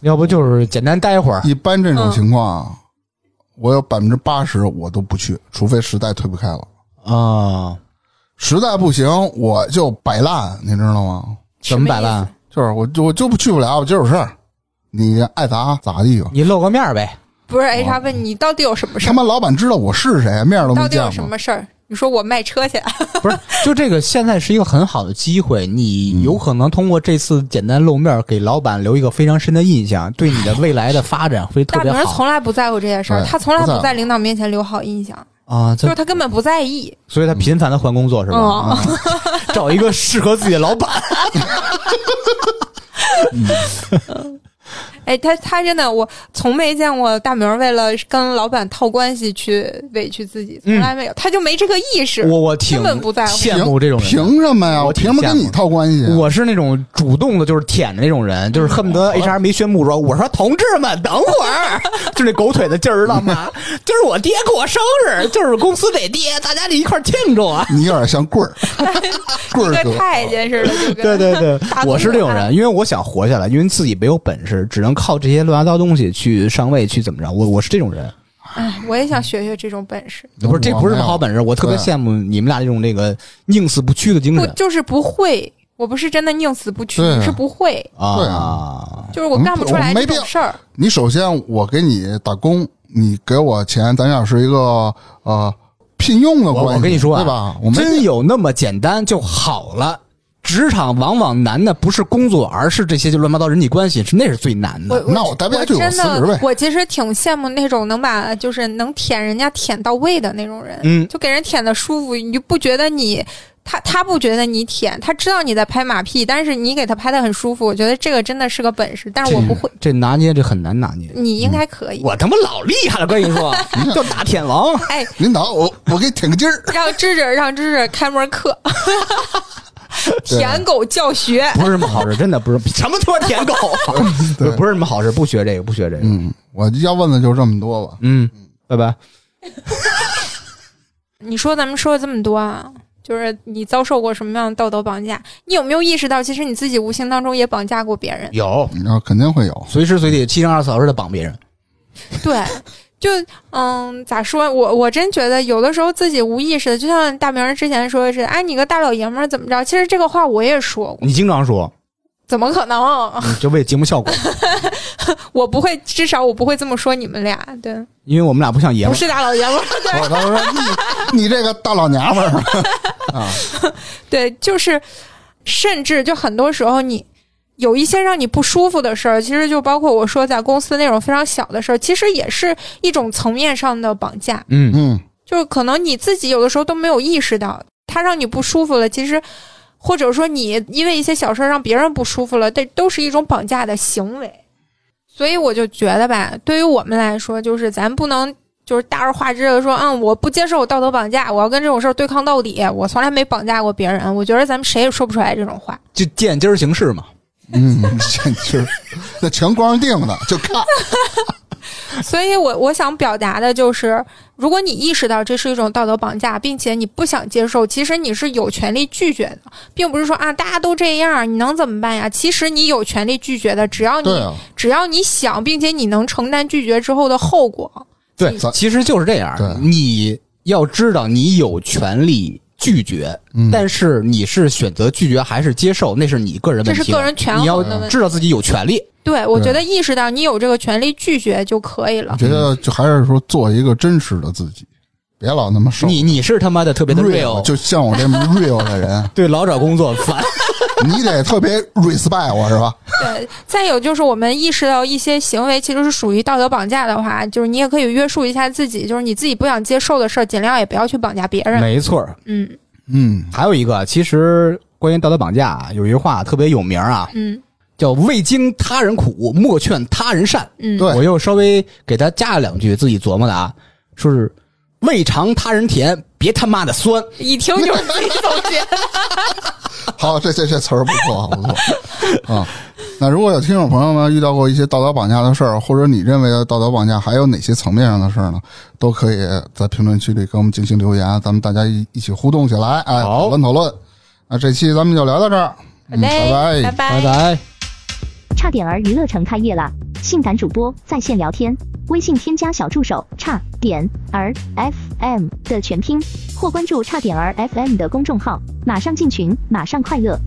Speaker 3: 要不就是简单待会儿，
Speaker 1: 一般这种
Speaker 2: 嗯
Speaker 1: 情况，啊，我有百分之八十我都不去，除非实在推不开了，
Speaker 2: 嗯
Speaker 3: 啊，
Speaker 1: 实在不行我就摆烂，你知道吗？
Speaker 3: 怎么摆啊烂？
Speaker 1: 就是我就我就不去不了，我今儿有事儿，你爱咋咋地吧。
Speaker 3: 你露个面儿 呗，
Speaker 2: 不是 HR 问你到底有什么事
Speaker 1: 他
Speaker 2: 儿？
Speaker 1: 妈老板知道我是谁，面儿都
Speaker 2: 到
Speaker 1: 没
Speaker 2: 底
Speaker 1: 见
Speaker 2: 有什
Speaker 1: 过。
Speaker 2: 么事儿？你说我卖车去，
Speaker 3: 不是，就这个现在是一个很好的机会，你有可能通过这次简单露面儿给老板留一个非常深的 印象，对你的未来的发展会特
Speaker 2: 大
Speaker 3: 别
Speaker 2: 明儿
Speaker 3: 好哎
Speaker 2: 从来不在乎这些事儿，
Speaker 1: 对
Speaker 2: 他从来
Speaker 1: 不在
Speaker 2: 不
Speaker 1: 乎
Speaker 2: 在领导面前留好印象，
Speaker 3: 啊，
Speaker 2: 就
Speaker 3: 就是
Speaker 2: 他根本不在意。
Speaker 3: 所以他频繁的换工作是吧？
Speaker 2: 嗯
Speaker 3: 啊找一个适合自己的老板，
Speaker 2: 哎，他他真的，我从没见过大明儿为了跟老板套关系去委屈自己，从来没有，他就没这个意识。
Speaker 3: 嗯我我挺
Speaker 2: 根本不在乎
Speaker 3: 羡慕这种人的。
Speaker 1: 凭什么呀？
Speaker 3: 我
Speaker 1: 我
Speaker 3: 挺
Speaker 1: 凭什么跟
Speaker 3: 羡慕
Speaker 1: 你套关系？啊
Speaker 3: 我是那种主动的，就是舔的那种人，就是恨
Speaker 2: 嗯
Speaker 3: 不得 HR 没宣布说，我说同志们，等会儿， 就那狗腿子劲儿，知道吗？今儿我爹过生日，就是公司得爹，大家得一块儿庆 祝啊！
Speaker 1: 你有点像棍儿，棍儿
Speaker 2: 一
Speaker 1: 哥
Speaker 2: 个。太监似的，就跟
Speaker 3: 对对对
Speaker 2: 大，
Speaker 3: 我是这种人，因为我想活下来，因为自己没有本事，只能靠这些乱七八糟东西去上位，去怎么着？我我是这种人，
Speaker 2: 哎，我也想学学这种本事，
Speaker 3: 不是这不是什么好本事，我特别
Speaker 1: 对
Speaker 3: 羡慕你们俩这种这个宁死不屈的精
Speaker 2: 不
Speaker 3: 神
Speaker 2: 就是不会？我不是真的宁死不屈
Speaker 1: 对，
Speaker 2: 是不会，
Speaker 1: 对
Speaker 3: 啊！
Speaker 2: 就是我干不出来
Speaker 1: 我没
Speaker 2: 这
Speaker 1: 必要
Speaker 2: 种事儿。
Speaker 1: 你首先我给你打工，你给我钱，咱俩是一个呃聘用的
Speaker 3: 我
Speaker 1: 关系，
Speaker 3: 我跟你说啊
Speaker 1: 对吧？我们
Speaker 3: 真有那么简单就好了。职场往往难的不是工作，而是这些就乱七八糟人际关系，是那是最难
Speaker 2: 我
Speaker 3: 的。
Speaker 2: 我
Speaker 1: 那我大不了
Speaker 2: 我
Speaker 1: 就
Speaker 2: 真
Speaker 1: 我辞职
Speaker 2: 的
Speaker 1: 呗，
Speaker 2: 我其实挺羡慕那种能把就是能舔人家舔到位的那种人，
Speaker 3: 嗯
Speaker 2: 就给人舔的舒服，你就不觉得你他他不觉得你舔，他知道你在拍马屁，但是你给他拍的很舒服，我觉得这个真的是个本事，但是我不会，
Speaker 3: 这拿捏这很难拿捏。
Speaker 2: 你应该可以。
Speaker 3: 我他妈老厉害了，跟你 说，叫大舔王。
Speaker 2: 哎，
Speaker 1: 领导，我我给你挺个劲儿。
Speaker 2: 让智智让智智开门课，舔狗教学。
Speaker 3: 不是什么好事，真的不是 什么他妈舔狗，不
Speaker 1: 对
Speaker 3: 是不是什么好事，不学这个，不学这个。
Speaker 1: 嗯，我要问的就这么多吧。
Speaker 3: 嗯，拜拜。
Speaker 2: 你说咱们说了这么多啊，就是你遭受过什么样的道德绑架？你有没有意识到，其实你自己无形当中也绑架过别人？
Speaker 3: 有
Speaker 1: 然后肯定会有，
Speaker 3: 随时随地七乘二十四小时的绑别人，
Speaker 2: 对，就嗯，咋说？我我真觉得有的时候自己无意识的，就像大明儿之前说的是，哎，你个大老爷们儿怎么着？其实这个话我也说过，
Speaker 3: 你经常说，
Speaker 2: 怎么可能？
Speaker 3: 你就为节目效果，
Speaker 2: 我不会，至少我不会这么说你们俩。对，
Speaker 3: 因为我们俩不像爷
Speaker 2: 不
Speaker 3: 们儿。
Speaker 2: 是大老爷们儿。
Speaker 1: 我他说你你这个大老娘们儿，啊
Speaker 2: 对，就是，甚至就很多时候你有一些让你不舒服的事儿，其实就包括我说在公司那种非常小的事儿，其实也是一种层面上的绑架，
Speaker 3: 嗯，
Speaker 1: 嗯，
Speaker 2: 就是可能你自己有的时候都没有意识到，它让你不舒服了，其实。或者说你因为一些小事儿让别人不舒服了，这都是一种绑架的行为。所以我就觉得吧，对于我们来说，就是咱不能就是大而化之的说，嗯，我不接受道德绑架，我要跟这种事儿对抗到底。我从来没绑架过别人，我觉得咱们谁也说不出来这种话。
Speaker 3: 就见今儿行事嘛。
Speaker 1: 嗯， 这就是那全光腚的，就看
Speaker 2: 所以我我想表达的就是，如果你意识到这是一种道德绑架，并且你不想接受，其实你是有权利拒绝的，并不是说啊大家都这样，你能怎么办呀？其实你有权利拒绝的，只要你、
Speaker 1: 对啊，
Speaker 2: 只要你想，并且你能承担拒绝之后的后果。
Speaker 3: 对
Speaker 1: 咱
Speaker 3: 其实就是这样
Speaker 1: 啊对。
Speaker 3: 你要知道，你有权利拒绝，
Speaker 1: 嗯
Speaker 3: 但是你是选择拒绝还是接受，那是你个人问题。
Speaker 2: 这是个人权衡
Speaker 3: 你要
Speaker 2: 的问题
Speaker 3: 知道自己有权利。
Speaker 2: 对，我
Speaker 1: 对啊
Speaker 2: 觉得意识到你有这个权利拒绝就可以了
Speaker 1: 我。觉得就还是说做一个真实的自己，别老那么瘦。
Speaker 3: 你你是他妈的特别的
Speaker 1: real，就像我这么 real 的人，
Speaker 3: 对，老找工作烦。
Speaker 1: 你得特别 respect 我是吧？
Speaker 2: 对，再有就是我们意识到一些行为其实是属于道德绑架的话，就是你也可以约束一下自己，就是你自己不想接受的事儿，尽量也不要去绑架别人。
Speaker 3: 没错儿。
Speaker 2: 嗯
Speaker 1: 嗯，
Speaker 3: 还有一个，其实关于道德绑架啊有一句话特别有名啊，
Speaker 2: 嗯
Speaker 5: 叫未经他人苦，莫劝他人善。
Speaker 2: 嗯，
Speaker 1: 对
Speaker 5: 我又稍微给他加了两句自己琢磨的啊，说是未尝他人甜，别他妈的酸。
Speaker 2: 一听就是自己总结。
Speaker 1: 好，这这这词儿不错，啊不错啊。那如果有听众朋友们遇到过一些道德绑架的事儿，或者你认为的道德绑架还有哪些层面上的事儿呢？都可以在评论区里给我们进行留言，咱们大家一一起互动起来，哎，
Speaker 3: 好
Speaker 1: 讨论讨论。那这期咱们就聊到这儿，
Speaker 2: 好
Speaker 1: 嗯，拜
Speaker 2: 嘞，
Speaker 5: 拜
Speaker 2: 拜。
Speaker 5: 拜。
Speaker 6: 差点儿娱乐城开业啦！性感主播在线聊天，微信添加小助手差点儿 FM 的全拼，或关注差点儿 FM 的公众号，马上进群，马上快乐。